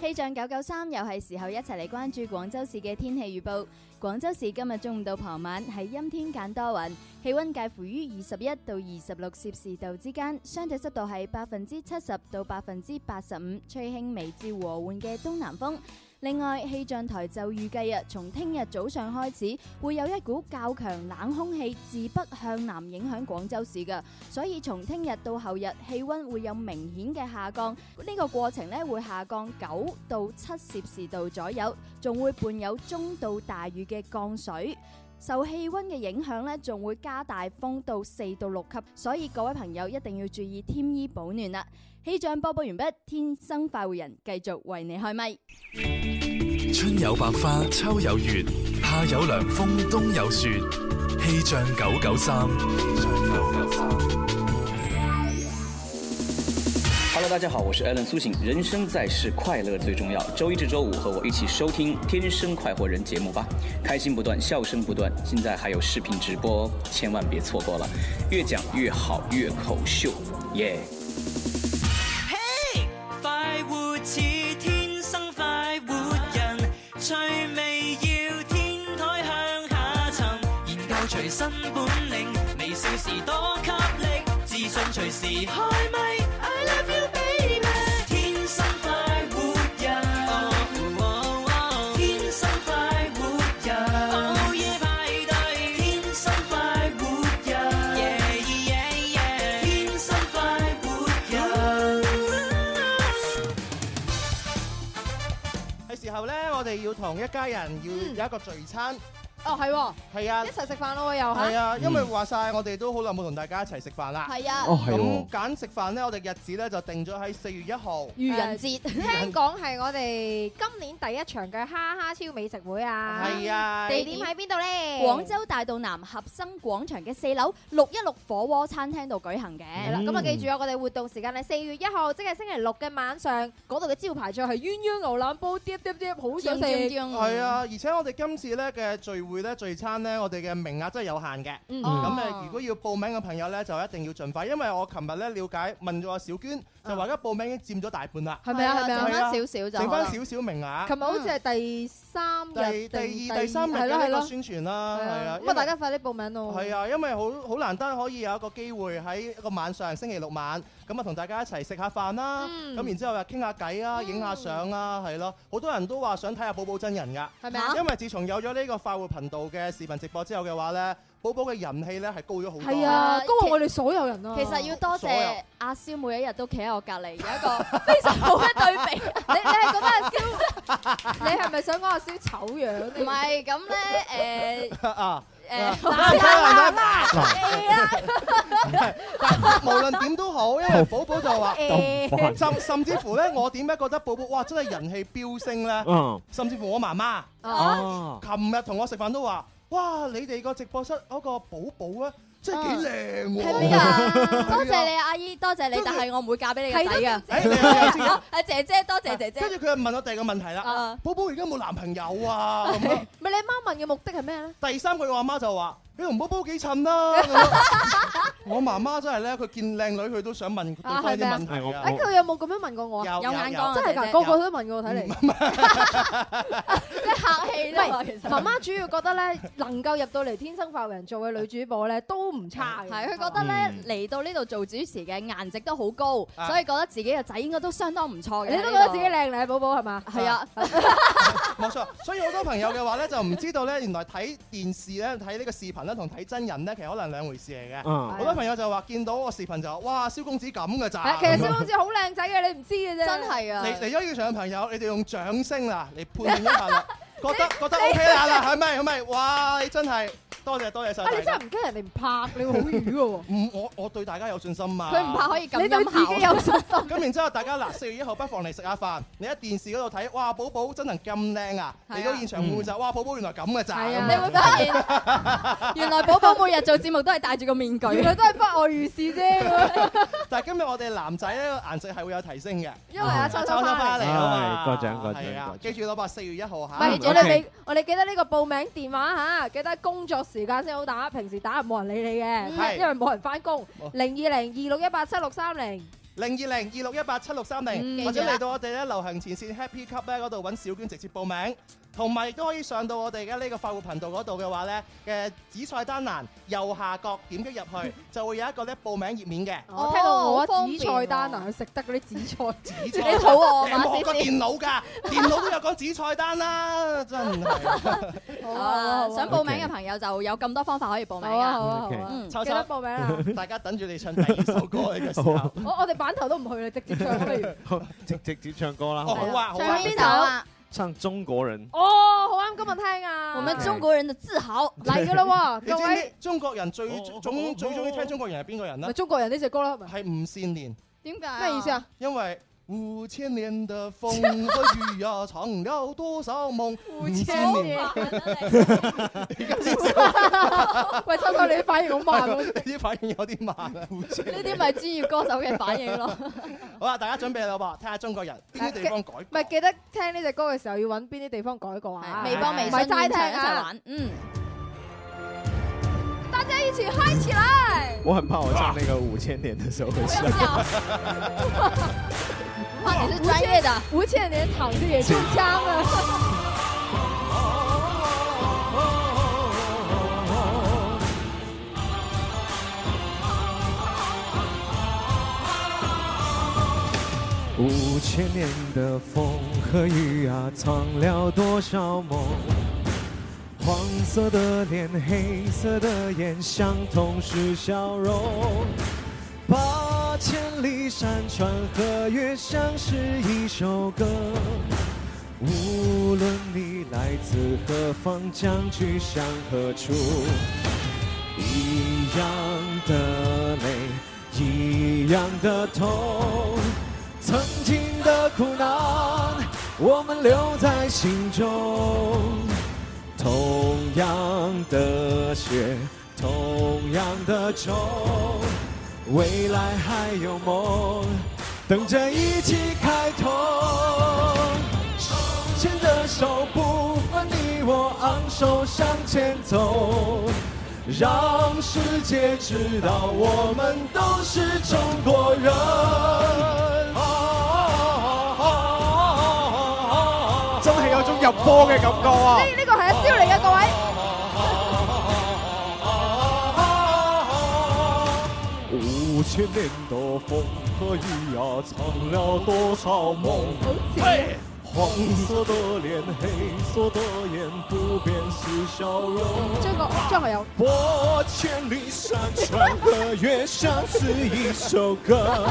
氣象九九三又係時候一齊嚟關注廣州市嘅天氣預報。廣州市今日中午到傍晚係陰天間多雲，氣温介乎於二十一到二十六攝氏度之間，相對濕度係百分之七十到百分之八十五，吹輕微至和緩嘅東南風。另外，氣象台就預計啊，從聽日早上開始，會有一股較強冷空氣自北向南影響廣州市嘅，所以從聽日到後日，氣温會有明顯嘅下降。呢、個過程咧會下降九到七攝氏度左右，仲會伴有中到大雨嘅降水。受氣温嘅影響咧，仲會加大風到四到六級，所以各位朋友一定要注意添衣保暖啦。氣象播報完畢，天生快活人繼續為你開咪。春有百花，秋有月，夏有涼風，冬有雪。氣象九九三。 Hello，大家好，我是 Alan 苏醒。人生在世，快乐最重要。周一至周五和我一起收听《天生快活人》节目吧，开心不断，笑声不断。现在还有视频直播哦，千万别错过了。越讲越好，越口秀，耶、嘿，快活似天生快活人，趣味要天台向下沉，研究隨身本領，微笑時多給力，自信隨時開咪。I love you baby，天生快活人，哦哦天生快活人，哦耶派對，天生快活人，耶耶耶，天生快活人。係時候咧，我哋要同一家嗯人要有一個聚餐。哦，係喎，係啊一齊食飯咯喎，哦又嚇係啊，因為話晒我哋都好耐冇同大家一齊食飯啦。係啊咁哦係喎揀食飯咧，我哋日子咧就定咗喺四月一 號。啊聽講係我哋今年第一場嘅哈哈超美食會啊！係啊地點喺邊度咧？廣州大道南合生廣場嘅四樓六一六火鍋餐廳度舉行嘅。係啦，嗯咁啊記住啊，我哋活動時間係四月一號，即係星期六嘅晚上，嗰度嘅招牌菜係鴛鴦牛腩煲，碟碟碟，好想食。係啊，，而且我哋今次咧嘅聚會咧聚餐咧，我哋嘅名額真係有限嘅。嗯咁呃哦誒，如果要報名嘅朋友咧，就一定要盡快，因為我琴日咧了解問咗阿小娟，就話而家報名已經佔咗大半啦。係咪啊係咪啊係啊剩返少啊少就剩可翻能少少名額。琴日好似係第三日第定、第二、第三日嘅係咯係呢個咯，宣傳啦，係啊，因咁啊為大家快啲報名咯。係啊，因為好好難得可以有一個機會喺一個晚上星期六晚，咁啊同大家一齊食下飯啦，嗯咁然之後又傾下偈啊，影下相啊，係咯，好多人都話想睇下寶寶真人㗎，係咪啊因為自從有咗呢個快活頻道嘅視頻直播之後嘅話咧，寶寶嘅人氣咧係高咗好多。係啊，高過我哋所有人啊！其實要多所有謝阿蕭每一日都企喺我隔離，有一個 你你係覺得阿蕭，你係咪想講阿蕭醜樣？唔係咁 咧 啊！誒誒，嗱嗱啊嗱無論點都好，因為寶寶就話咁煩甚甚至乎咧，我點解覺得寶寶哇真係人氣飆升咧嗯？甚至乎我媽媽，啊琴日同我食飯都話。哇！你哋個直播室嗰個寶寶啊，真係幾靚喎！係咪啊？ 多謝你啊，阿姨，多謝你，但係我唔會嫁俾你個仔係㗎啊。你又知啊啊姐姐，多謝姐姐。跟住佢又問我第二個問題啦啊，寶寶而家有冇男朋友啊？咁樣唔係你媽問嘅目的係咩咧？第三句我阿媽就話：你同寶寶幾襯啦。咁樣我媽媽真係咧，佢見靚女佢都想問對啊，方係啲咪啊？問題誒，啊。佢有冇咁樣問過我啊？有有有眼光啊真係姐姐㗎，個個都問過我睇嚟。客氣啦唔係其實媽媽主要覺得咧，能夠入到嚟天生快活人做嘅女主播咧，都唔差嘅。係，佢覺得嗯咧嚟到呢度做主持嘅顏值都好高，啊所以覺得自己嘅仔應該都相當唔錯嘅。你都覺得自己靚女，寶寶係嘛？係啊， 冇錯，所以好多朋友嘅話咧，就唔知道咧，原來睇電視咧、睇呢個視頻咧，同睇真人咧，其實可能兩回事嚟嘅。嗯 好多朋友就話見到個視頻就話：哇，蕭公子咁嘅係啊咋？ 其實蕭公子好靚仔嘅，你唔知嘅啫。真係啊嚟嚟咗現場嘅朋友，你哋用掌聲啦嚟判斷一下 啦，覺得覺得 OK 啦啦，係咪係咪？哇！你真係多謝多謝晒啊！大家。 你真係唔驚人哋唔拍，你會好瘀嘅喎。唔，我我對大家有信心嘛。佢唔怕可以咁你對自己有信心咁然之後，大家嗱四月一號不妨嚟食下飯。你喺電視嗰度睇，哇！寶寶真人咁靚啊！係啊嚟到現場會唔會就哇？寶寶原來咁嘅咋？係啊咁樣你會發現原來寶寶每日做節目都係戴住個 面具，原來都係不外如是啫。但係今日我哋男仔咧顏值係會有提升嘅，因為阿秋秋秋返嚟嚟啊係，嘛。過獎過獎係啊過，獎嗯記住攞八四月一號嚇。唔係，我哋未，我哋記得呢個報名電話嚇，記得工作時間先好打，平時打冇人理你嘅，係因為冇人翻工哦。零二零二六一八七六三零。零二零二六一八七六三零，嗯或者記住啦嚟到我哋咧流行前線 Happy Cup 咧嗰度揾小娟直接報名，同埋亦都可以上到我哋嘅呢個快活頻道嗰度嘅話咧嘅紫菜單欄右下角點擊入嗯去，就會有一個咧報名頁面嘅。我聽過我啊方紫便菜單啊，佢食得嗰啲紫菜， 紫你菜肚餓啊你嘛？望個思思電腦㗎，電腦都有講紫菜單啦， 真係。好啊想報名嘅朋友就有咁多方法可以報名好啊好啊啊好啊嗯秋秋記得報名啦！大家等住你唱第二首歌嘅時啊候。我我哋版頭都唔去啦，直接唱不如。好直直接唱歌啦，哦好啊好啊唱邊首啊？唱中國人。哦，好啱今日聽啊！我們中國人的自豪嚟㗎啦你知唔喎，各知位中國人最總最中意聽中國人係邊個人咪咧？中國人呢隻歌啦，係咪？係吳善年。點解？咩意思啊？因為五千年的風和雨呀，藏了多少 夢？五千年，而家先識 喂，秋秋，你啲反應好慢喎，呢啲反應有啲慢啊。啲咪專業歌手嘅反應咯。好啦，大家準備啦噃，睇下中國人邊啲地方改。唔係記得聽呢只歌嘅時候要揾邊啲地方改過啊！微博、微信、唔係現齋聽場一齊啊！玩，嗯。大家一起嗨起來！我很怕我唱那个五千年的时候会笑。哇，你是專業的，吳倩蓮躺着也中槍 啊！ 五千年的风和雨啊，藏了多少梦？黄色的脸，黑色的眼，相同是笑容。八千里山川河月，像是一首歌。无论你来自何方，将去向何处，一样的泪，一样的痛。曾经的苦难，我们留在心中。同样的血，同样的愁，未来还有梦，等着一起开拓。手牵着手，不分你我，昂首向前走，让世界知道我们都是中国人。真係有種入波嘅感覺啊！哎呢呢個係阿蕭嚟嘅，各位。五千年的风和雨啊，藏了多少梦？啊嘿黄色的脸，黑色的眼，不变是笑容。張國張學友。我千里山川和月，像是一首歌。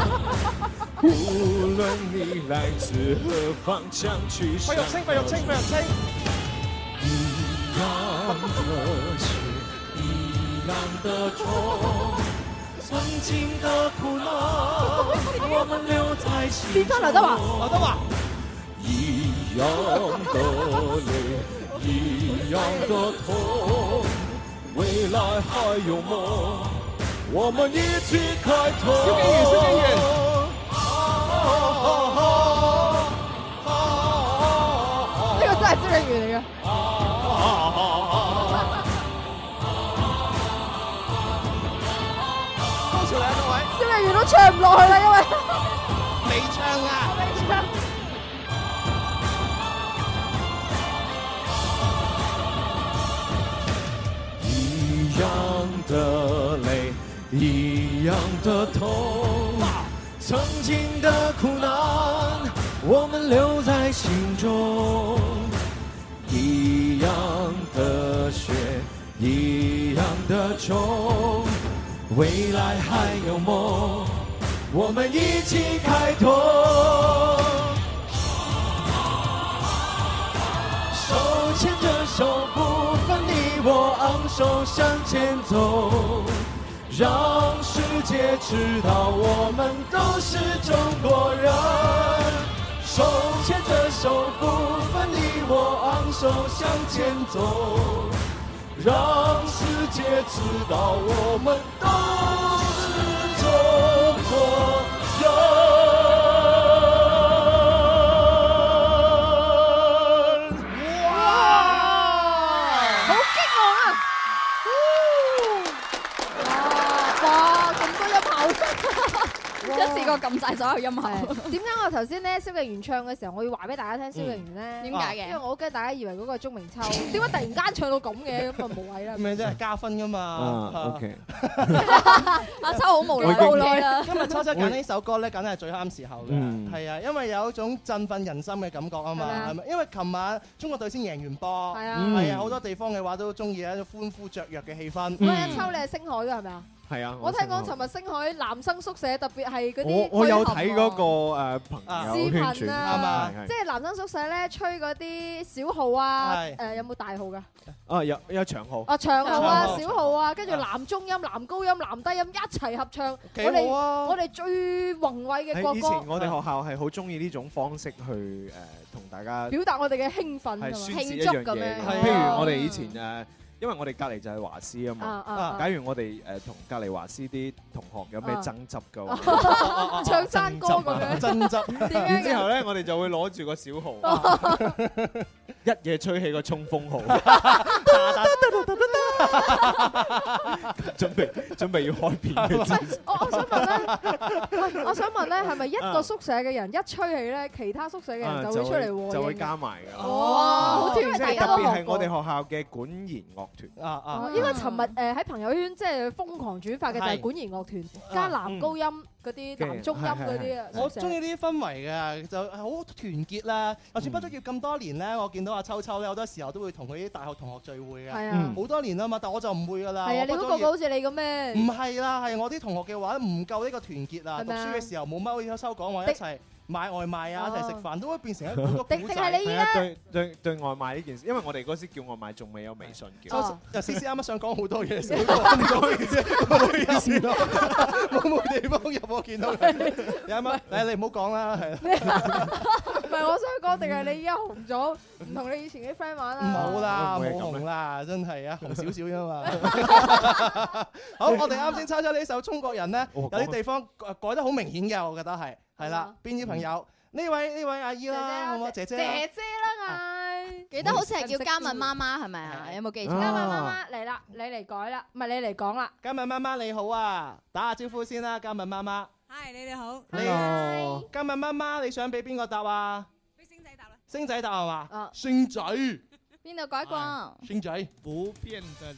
无论你来自何方，将去向費玉清，費玉清，費玉清。一样的血，一样的痛，曾经的苦难，我们留在心中。變翻劉德華，劉德華。一样的泪，一样的痛，未来还有梦，我们一起开拓。萧敬元萧敬元呢個真係蕭敬元嚟嘅。多謝你啊各位。蕭敬元都唱唔落去啦，因 為你唱啊！你唱。一样的泪，一样的痛，曾经的苦难，我们留在心中。一样的血，一样的重，未来还有梦，我们一起开拓。手牵着手，不分你我，昂首向前走，让世界知道我们都是中国人。手牵着手，不分你我，昂首向前走，让世界知道我们都是中国人。好激昂啊！哇，咁多 音一次過撳晒所有音效係點解我頭先咧蕭敬元唱嘅時候，我要話俾大家聽蕭敬元咧？點解嘅因為我好驚大家以為嗰個係鐘明秋，嗯點解突然間唱到咁嘅？咁啊冇位啦。咪真係加分噶嘛？Ờ. 啊，OK，À, 阿秋好無我已奈，經無奈啦。今日秋秋揀呢首歌咧，梗係最啱時候嗯嘅，係啊，因為有一種振奮人心嘅感覺啊係嘛，咪啊係咪？因為琴晚中國隊先贏完波，係啊係啊，好多地方嘅話都中意一種歡呼雀躍嘅氣氛。喂，阿秋你係星海㗎係咪啊？係啊，我聽講識啊尋日星海男生宿舍特別係嗰啲我我有區睇合嗰啊個誒朋友視圈傳頻係啊，係即係男生宿舍咧吹嗰啲小號啊，係誒有冇大號㗎？啊有有長號啊長號啊、長小號啊，跟住男中音、男高音、男低音一齊合唱，幾我哋好啊我哋最宏偉嘅國喺以前歌，我哋學校係好中意呢種方式去誒同大家表達我哋嘅興奮係同宣埋泄一樣嘢嘅。譬如我哋以前誒，因為我哋隔離就係華師啊啊啊嘛啊。假如我哋誒同隔離華師啲同學有咩爭執 嘅話，啊唱山歌咁 樣爭執點樣嘅然之後咧，我哋就會攞住個小號， 一夜吹起個衝鋒 號， 準備準備要開片 嘅姿勢我我想問咧，喂，我想問咧，係咪一個宿舍嘅人一吹起咧，其他宿舍嘅人啊就會出嚟和應就會加埋㗎啦。哇好團即結係啊特別係個我哋學校嘅管弦樂團啊 哦應該尋日誒喺朋友圈即係瘋狂轉發嘅就係係管弦樂團加男高音嗰啲、男中音嗰啲啊，我中意呢啲氛圍嘅，就係好團結啦。就算畢咗業咁多年咧，我見到阿秋秋咧，好多時候都會同佢啲大學同學聚會嘅，係啊好多年啦嘛。但我就唔會噶啦。係啊，你我畢嗰咗個個業好似你咁咩？唔係啦，係我啲同學嘅話唔夠呢個團結啊！係讀咪啊書嘅時候冇乜好似秋秋講話一齊買外賣啊，哦一齊食飯都會變成一個古仔。定定係你係而啊，家對對對外賣呢件事，因為我哋嗰時叫外賣仲未有微信叫就。就思思啱啱想講好多 嘢，少講你講嘢啫，唔好意思咯，啊冇冇地方入我見到你， 你啱啱，誒你唔好講啦，係啦。 唔係我想講，定係你而家紅咗，唔同你以前啲 friend 玩啦。冇啦，會冇唔會係咁紅啦，真 係啊，紅少少啫嘛。 好，我哋啱先抄咗呢首《中國人》咧，有講啊哦啲地方改改得好明顯嘅，我覺得係係啦。邊啲朋友？嗯呢位呢位阿姨啦，好唔好？姐姐啦，姐啦，嗌記得好似係叫嘉敏媽媽係咪啊？有冇記錯？嘉敏媽媽嚟啦，你嚟改啦，唔係你嚟講啦。嘉敏媽媽你好啊，打下招呼先啦，嘉敏媽媽。 Hi，你哋好。你哦嘉敏媽媽，你想俾邊個答啊？俾星仔答啦。哦星仔答係嘛？邊度改過？星仔，星仔。不变的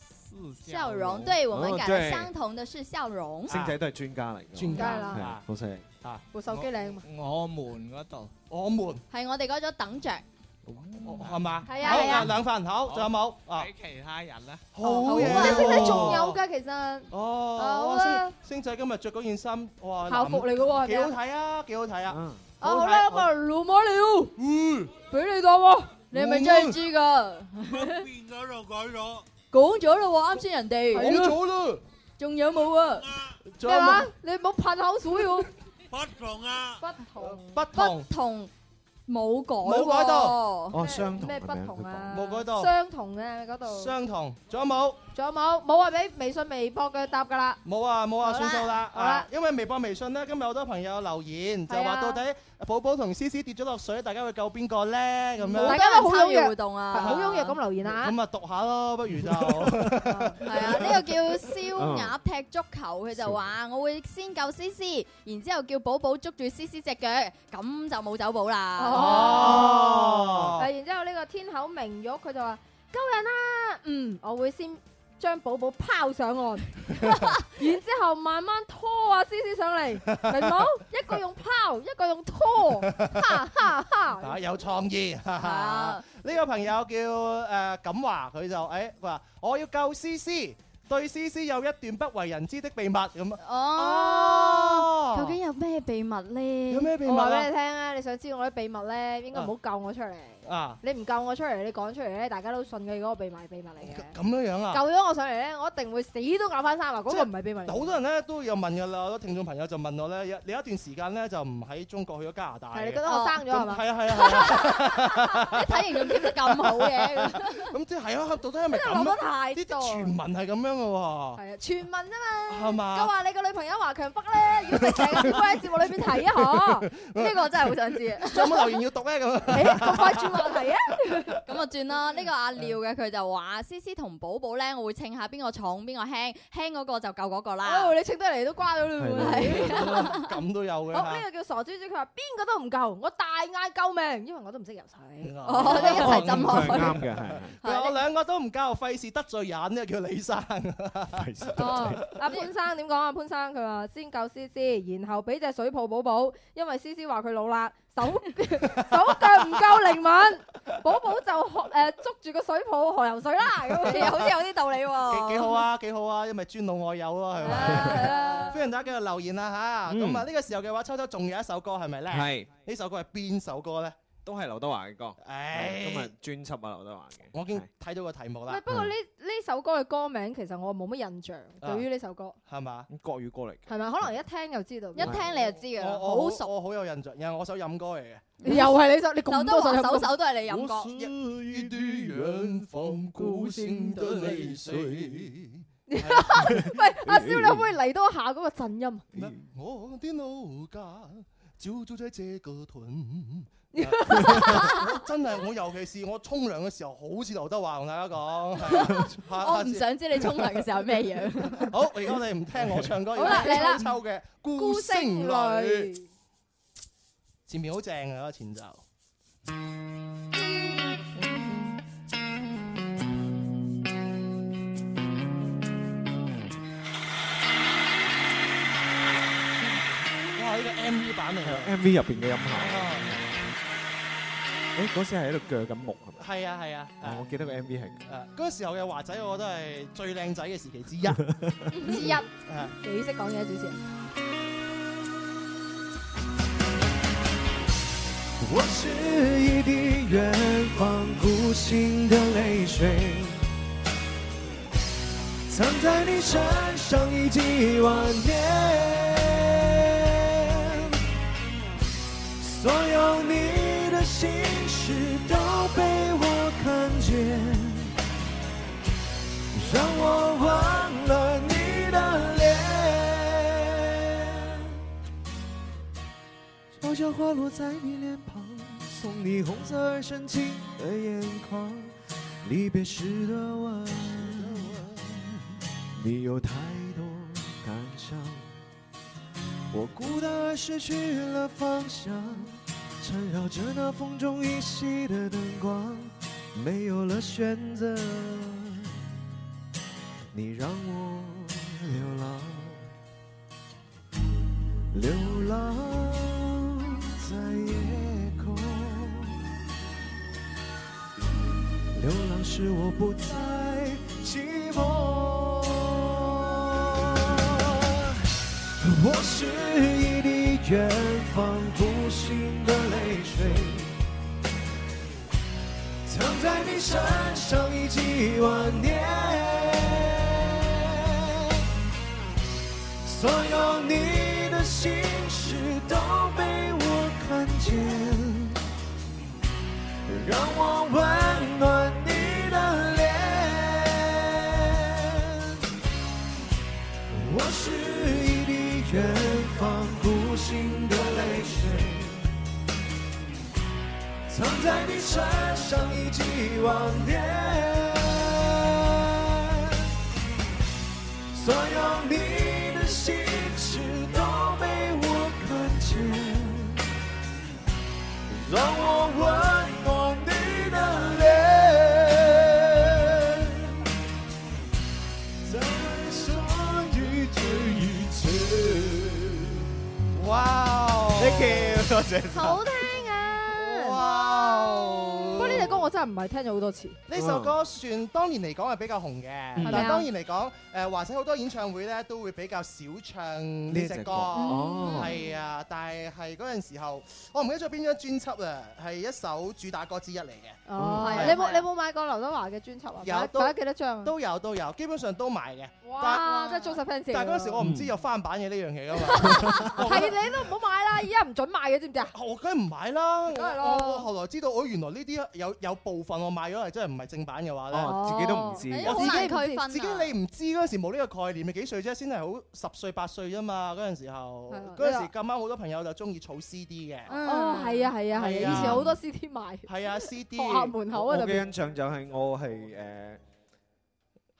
是是笑容，對我們哦改對了相同的是笑容。星仔都係專家嚟㗎，專家係啦啊好犀利。啊！部手機靚嘛？我們嗰度我們係我哋改咗等着。係嘛？係啊好係啊兩份好，仲有冇啊？俾其他人咧，好啊嘢即係星仔喎仲有㗎，其實。哦，好啦星星仔今日着嗰件衫，哇，校服嚟㗎喎係咪啊幾好睇啊，幾好睇啊！啊好啦，我老母了，嗯，俾你當喎，你係咪真係知㗎？變咗就改咗。講咗啦喎，啱先人哋講咗啦，仲有冇啊？咩話？你唔好噴口水喎，不同啊！不同不同同冇改冇改到喎哦咩相同咩咁不樣同啊？冇改到相同啊嗰度。相同，仲有冇？仲有冇？冇啊！俾微信、微博嘅答㗎啦。冇啊冇啊，好算啦數啦好啦啊！因為微博、微信咧，今日好多朋友留言就係話啊到底寶寶同思思跌咗落水，大家會救邊個咧？咁樣大家都好踴躍活動啊係好踴躍咁留言啊！咁啊，讀下咯，不如就係啊，呢個叫燒鴨踢足球，佢就話：我會先救思思，然之後叫寶寶捉住思思只腳，咁就冇走寶啦。哦，誒然之後呢個天口明玉佢就話：救人啦、嗯，我會先將寶寶拋上 岸，然之後慢慢拖啊思思上嚟，明 冇？一個用拋，一個用拖，哈哈哈！啊有創意。哈啊哈呢個朋友叫誒錦華，佢就誒佢話我要救思思，對思思有一段不為人知的秘密咁。啊哦，究竟有咩秘密咧？有咩秘密我話俾啊你？聽啊，你想知道我啲秘密咧，應該唔好救我出嚟。啊，你唔救我出嚟，你講出嚟咧，大家都信嘅嗰個秘密係秘密嚟嘅。咁樣樣啊？救咗我上嚟咧，我一定會死都咬翻生啊！嗰個唔係秘密嚟嘅。好多人咧都有問㗎啦，好多聽眾朋友就問我咧，有你有一段時間咧就唔喺中國去咗加拿大嘅。係你覺得我生咗係嘛咁係啊係啊係啊！你睇形容貼得咁好嘅，咁即係啊，到底係咪真係咁諗得啊？呢太啲多傳聞係咁樣嘅喎。係啊，傳聞啫嘛，係嘛佢話你個女朋友華強北咧，如果成日都喺節目裏邊提 啊，嗬，呢個真係好想知啊！仲有冇留言要讀咧？ 咁咁快轉話題啊！咁啊轉啦，呢個阿廖嘅佢就話：思思同寶寶咧，我會稱下邊個重邊個輕，輕嗰個就救嗰個啦。哦，你稱得嚟都瓜咗啦喎，咁都有嘅好呢嚇。個叫傻豬豬，佢話邊個都唔夠，我大嗌救命，因為我都唔識游水。哦你一齊浸落落去去啱嘅 係。我兩個都唔夠，費事得罪人咧，叫李生。費事哦，阿潘生點講啊？潘生佢話先救思思，然後俾隻水泡寶寶，因為思思話佢老啦，手 手腳唔夠靈敏， 寶寶就學誒捉住個水泡學游水啦，咁 好似有啲道理喎。幾幾好！啊，幾好啊，因為尊老愛幼啊，係咪？歡迎大家繼續留言啦吓，嗯咁啊，呢個時候嘅話，秋秋仲有一首歌係咪咧？係呢首歌係邊首歌咧？都係劉德華嘅歌，唉今日專輯啊劉德華嘅，我已經睇到個題目 喂，啦，不過呢呢首歌嘅歌名其實我冇乜印象，對於呢首歌係嘛？國語歌嚟。係咪？可能一聽就知道，一聽你就知㗎啦，我啊好我熟。我好有印象，因為我首飲歌嚟嘅。 又係你首，你咁劉德多首華飲歌首首都係你飲歌。一滴遠方孤星的淚水。喂，阿蕭，你可唔可以嚟多下嗰個震音？我的老家就住在這個屯。 真係我，尤其是我沖涼嘅時候，好似劉德華同大家 講。係啊我唔想知你沖涼嘅時候係咩樣。好，而家我哋唔聽我唱歌，好啦而家嚟聽啦秋秋嘅《孤孤星星淚淚》。前面好正啊嘅嗰個前奏。哇！呢個 MV 版嚟㗎。哦 M V 入邊嘅音效，誒嗰時係喺度鋸緊木係咪？係啊係啊，啊我記得個 M V 係誒嗰個時候嘅華仔，我覺得係最靚仔嘅時期之一。 啊之 之一，幾識講嘢主持人。我是一滴远方孤星的泪水，藏在你身上已几万年。所有你的心事都被我看见，让我忘了你的脸。悄悄滑落在你脸庞，送你红色而深情的眼眶，离别时的吻，你有太多感伤，我孤单而失去了方向，缠绕着那风中依稀的灯光，没有了选择，你让我流浪，流浪在夜空。流浪使我不再寂寞。我是一滴远方孤星的泪水，藏在你身上已几万年。所有你的心事都被我看见。让我温暖你的脸。我是一滴远方孤星的泪水，藏在你身上一记往年。所有你的心事都被我看见。让我温暖你的脸，再说一句一句。哇哦！Thank you，多謝晒。好聽啊！哇！不過呢隻歌我真係唔係聽咗好多次。呢首歌算當年嚟講係比較紅嘅，嗯但係當然嚟講，誒華仔好多演唱會咧都會比較少唱呢呢隻隻歌歌，哦係啊，但係係嗰陣時候，我唔記得咗邊張專輯啦，係一首主打歌之一嚟嘅。哦，係啊你冇你冇買過劉德華嘅專輯啊？有買都買咗幾多張啊？都有都有，基本上都買嘅。哇！真係忠實 fans 嚟㗎。但係嗰陣時我唔知有翻版嘅呢樣嘢噶嘛，係你都唔好買啦，而家唔准買嘅，知唔知啊？ 我梗係唔買啦。梗係我咯我後來知道，我原來呢啲有有部分我買咗係真係唔係正版嘅話咧，哦自己都唔知哎哦我自好難己唔區知分啊自己你唔知嗰陣時冇呢個概念，你幾歲啫？先係好十歲八歲啫嘛。嗰陣時候係啊，嗰陣時咁啱好多朋友就中意儲 CD 嘅。嗯哦，係啊，係啊，係啊，以係啊前好多 CD 賣。係 啊，CD 學校門口啊，我特嘅別印象就係我係誒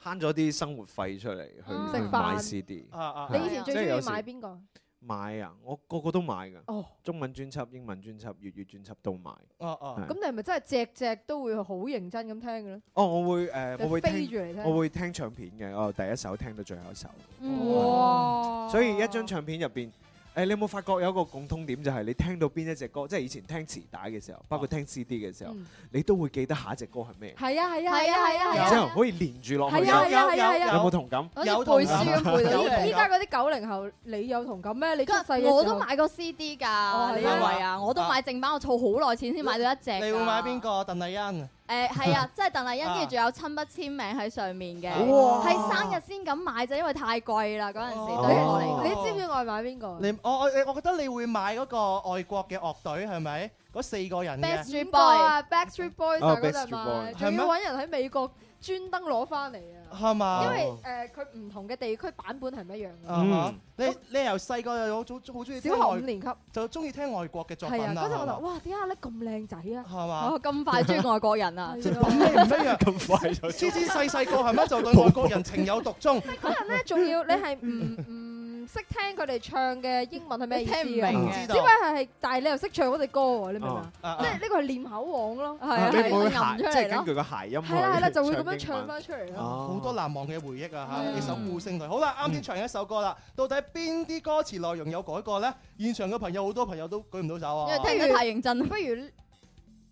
慳咗啲生活費出嚟嗯去食去飯買 CD。啊啊你以前最即係中有意時買邊個？買啊！我個個都買㗎，哦中文專輯、英文專輯、粵語專輯都買。哦哦咁你係咪真係隻隻都會好認真咁聽嘅咧？哦，我會誒，你我會飛住嚟聽，聽我會聽唱片嘅，我由第一首聽到最後一首。嗯哇！所以一張唱片入邊，誒你有冇發覺有一個共通點就係你聽到邊一隻歌，即係以前聽磁帶嘅時候，包括聽 CD 嘅時候嗯，你都會記得下一隻歌係咩，係啊係啊係啊係啊係然啊之！後可以連住落去。係啊係啊係啊係啊有冇同感？好似背書咁背有同到。感依家嗰啲九零後，你有同感咩？你出世嘅時候哦我都買過 CD 㗎，你以為啊？我都買正版，我儲好耐錢先買到一隻㗎。你會買邊個？鄧麗欣。誒係啊，即係鄧麗欣，啊跟住仲有親筆簽名喺上面嘅，哇係生日先敢買啫，因為太貴啦嗰陣時對於我嚟哦講。你知唔知我係買邊個？你我我我覺得你會買嗰個外國嘅樂隊係咪？嗰四個人嘅 Backstreet Boy 啊，Backstreet Boys 哦啊嗰陣 Backstreet 買， Boy 係仲要咩揾人喺美國專登攞翻嚟啊！係嘛？因為誒佢唔同嘅地區版本係唔一樣嘅。嗯啊你你由細個又好早好中意聽小學外五年級就中意聽外國嘅作品係啊，啦。嗰陣我係嘛就哇，點解你咁靚仔啊？係嘛哦咁快中意外國人 啊！唔一樣咁快就知知細細個係咪就對外國人情有獨鍾？嗰人咧，仲要你係唔唔識聽佢哋唱嘅英文係 咩意思啊？聽唔明嘅只不過係係，但係你又識唱嗰隻歌喎，你明唔明哦啊？即係呢個係練口簧咯，係啊啊，你唔會係啊諧，吟即出係嚟根據咯。個諧音去係啦係啦，就會咁樣英文唱翻出嚟咯。哦好多難忘嘅回憶啊！係嚇，啊呢首《孤星隊》好啦，啱先唱一首歌啦，到底邊啲歌詞內容有改過呢？現場嘅朋友好多朋友都舉唔到手啊！因為聽得太認真啦。不如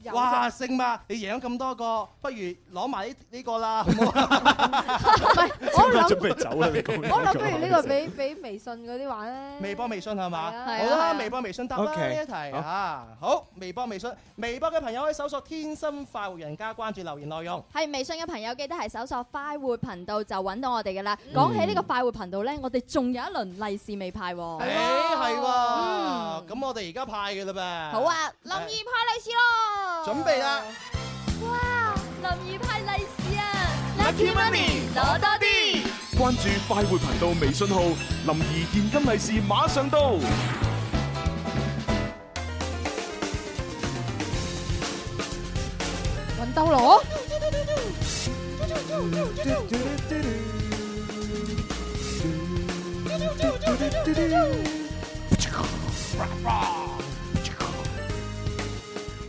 有哇，勝嘛！你贏咗咁多個，不如攞埋呢呢個啦，好唔好？我諗準備走啦，你講我諗不如呢個俾俾微信嗰啲玩咧。微博、微信係嘛？係啊好啦，微博、微信答啦 OK，呢一題嚇。好，微博、微信，微博嘅朋友可以搜索「天生快活人家」，關注留言內容。係微信嘅朋友，記得係搜索快活頻道就揾到我哋噶啦。嗯講起呢個快活頻道呢，我哋仲有一輪利是未派喎。誒係啊喎，咁我哋而家派嘅啦噃。好啊，林誒怡派利是咯！準備啦！哇，林怡派利是啊 Lucky Money，攞多啲。关注快活频道微信号，林儿现金利是马上到。雲斗羅。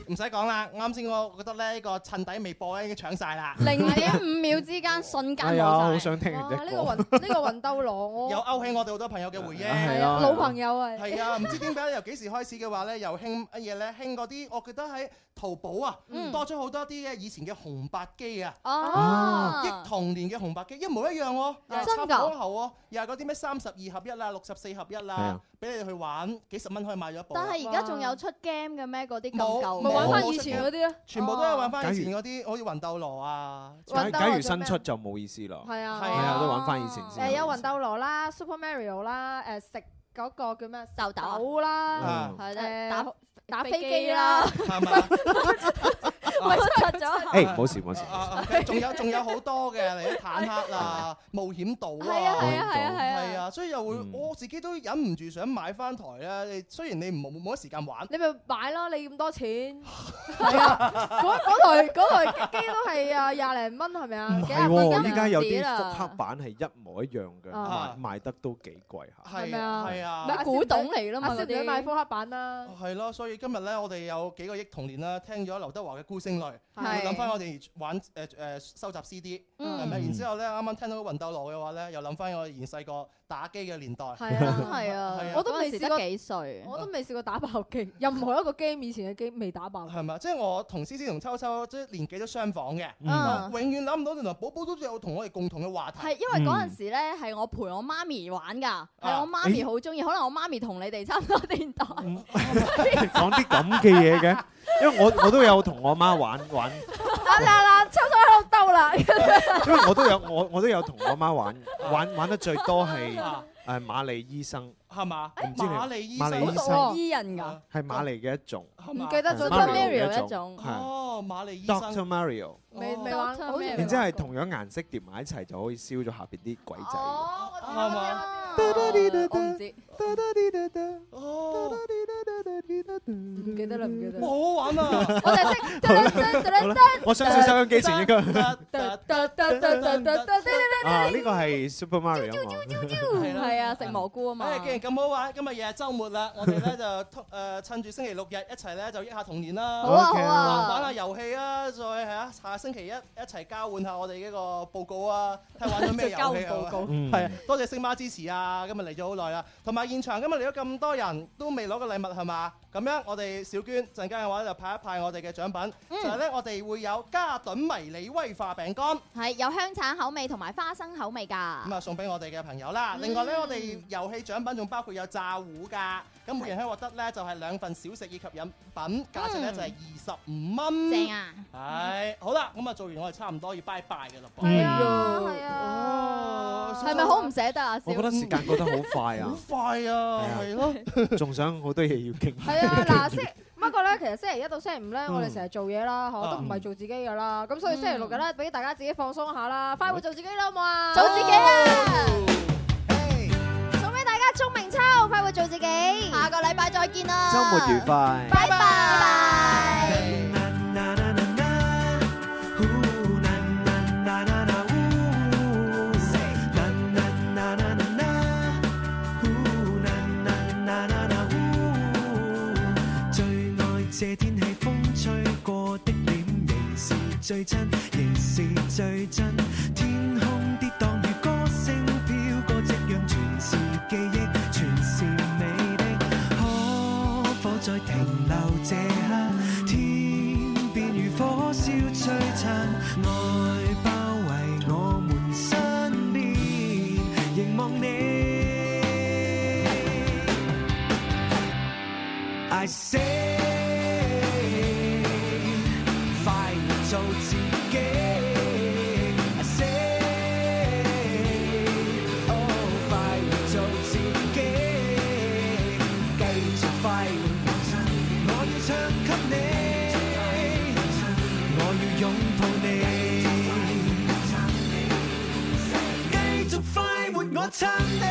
唔使講啦，啱先我覺得咧呢個襯底未播咧已經搶晒啦。零點五秒之間，瞬間哎冇呀晒。好想聽哇！人呢隻個歌雲呢個雲斗羅，我又勾起我哋好多朋友嘅回憶，係哦啊老朋友啊，係啊，唔知點解由幾時開始嘅話咧，又興乜嘢咧？興嗰啲，我記得喺淘寶啊，嗯多咗好多啲嘅以前嘅紅白機啊，哦憶童年嘅紅白機一模一樣喎，又係真插㗎火喉喎，又係嗰啲咩三十二合一啦、六十四合一係啦啊，俾你哋去玩，幾十蚊可以買咗一部。啊但係而家仲有出 game 嘅咩？嗰啲咁冇舊，咪玩返以前嗰啲咯，全部都係玩假翻如以前嗰啲，好似魂斗羅啊，假假如新出就冇意思啦。係啊係啊，都玩翻以前誒先。有雲斗羅啦、Super Mario 啦、誒食嗰個叫咩豆豆啦啊，誒打打飛飛機機啦啊啦，係嘛？ 喂出咗誒冇事冇事，啊啊 仲有仲有好多嘅，例如坦克啊、冒險島啊，係啊係啊係啊係啊係啊，所以又會我自己都忍唔住想買翻台咧。你雖然你冇冇冇乜時間啊玩，你咪買咯，你咁多錢， 係啊，嗰嗰台嗰台機都係啊廿零蚊係咪啊？唔幾係廿蚊一喎，依家有銀紙啲啦復刻版係一模一樣嘅，啊賣賣得都幾貴下。係咪啊？係啊咪阿古董嚟啦嘛阿小嗰姐啲買科刻版啦，係咯，所以今日咧，我哋有幾個億童年啦，聽咗劉德華嘅《孤星淚》，係會諗翻我哋玩誒誒收集 CD，嗯係咪？然之後咧，啱啱聽到《魂鬥羅》嘅話咧，又諗翻我哋以前細個打機嘅年代。 係啊真係係啊啊，我都未試嗰陣時過得幾歲我都未試過打爆機，任何一個 game 以前嘅 game 未打爆。係咪？即係我同思思同秋秋即係年紀都相仿嘅， 嗯我永遠諗唔到原來寶寶都有同我哋共同嘅話題。係因為嗰陣時咧，係我陪我媽咪玩㗎，係我媽咪好中意，可能我媽咪同你哋差唔多年代。啊講啲咁嘅嘢嘅，因為我我都有同我媽玩玩，嗱嗱嗱，抽到喺度兜啦，因為我都有我我都有同我媽玩玩玩得最多係誒馬利醫生，啊係嘛？我唔知你馬利醫啊馬利醫哎好生熟醫人㗎，係馬利嘅一種，唔記得咗 Mario Dr. Mario 一種。係哦，馬利醫 Doctor 生。 Mario。未未玩，好似然之後係同樣顏色疊埋一齊就可以燒咗下邊啲鬼仔。哦係嘛？我唔知。 唔記得啦，唔記得啦。哦好玩 啊！我哋識好啦我相信收音機前應該啊，呢個係 Super Mario 啊嘛。係啊，食蘑菇啊嘛。哎，既然咁好玩，今日又係週 末啦，我哋咧就通誒趁住星期六日一齊咧就益下童年啦。好啊好啊玩玩下遊戲啊，再係啊，下星期一一齊交換下我哋呢個報告啊，睇下玩 咗咩交遊換戲啊報告嗯係啊，多謝星媽支持啊！今日嚟咗好耐啦，同埋現場今日嚟咗咁多人都未攞個禮物係嘛？咁樣我哋小娟陣間嘅話就派一派我哋嘅獎品，嗯就係咧我哋會有嘉頓迷你威化餅乾。係有香橙口味同埋花生口味㗎。咁啊送俾我哋嘅朋友啦。另外咧，我哋遊戲獎品仲包括有炸糊㗎，咁每人可以獲得咧就係兩份小食以及飲品，價值咧就係嗯二十五蚊。嗯正啊！係好啦，咁啊做完我哋差唔多要拜拜嘅啦噃。係啊係啊，係咪好唔捨得啊？小我覺得時間過得好快啊好，快啊，係咯。仲想好多嘢要傾。係啊，嗱，星不過咧，其實星期一到星期五咧，嗯我哋成日做嘢啦，嚇都唔係做自己噶啦，咁所以星期六日咧，俾大家自己放鬆下啦，快活做自己啦，好唔好啊？做自己啊！送俾大家鍾明秋，快活做自己，下個禮拜再見啦！週末愉快。拜拜。最愛這天氣，風吹過的臉，仍是最真，仍是最真。天空跌宕如歌聲飄過，夕陽全是記憶，全是美的。可否再停留這刻？天邊如火燒璀璨，愛包圍我們身邊，凝望你。I say，快活做自己。I say，哦，快活做自己，繼續快活。我要唱給你，我要擁抱你，繼續快活，我撐你。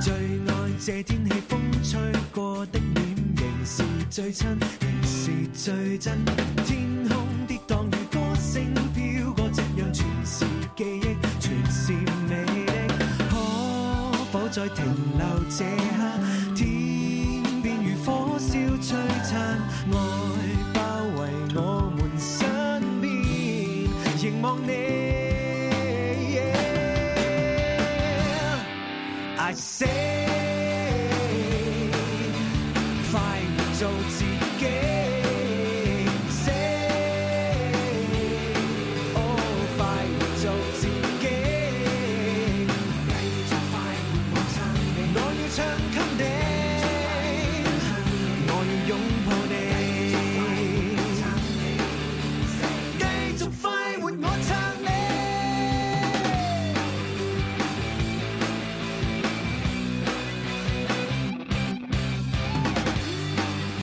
最愛這天氣，風吹過的臉，仍是最親，仍是最真。天空跌宕如歌聲飄過，夕陽全是記憶，全是美的。可否再停留這刻？天邊如火燒璀璨，愛包圍我們身邊，凝望你。I say。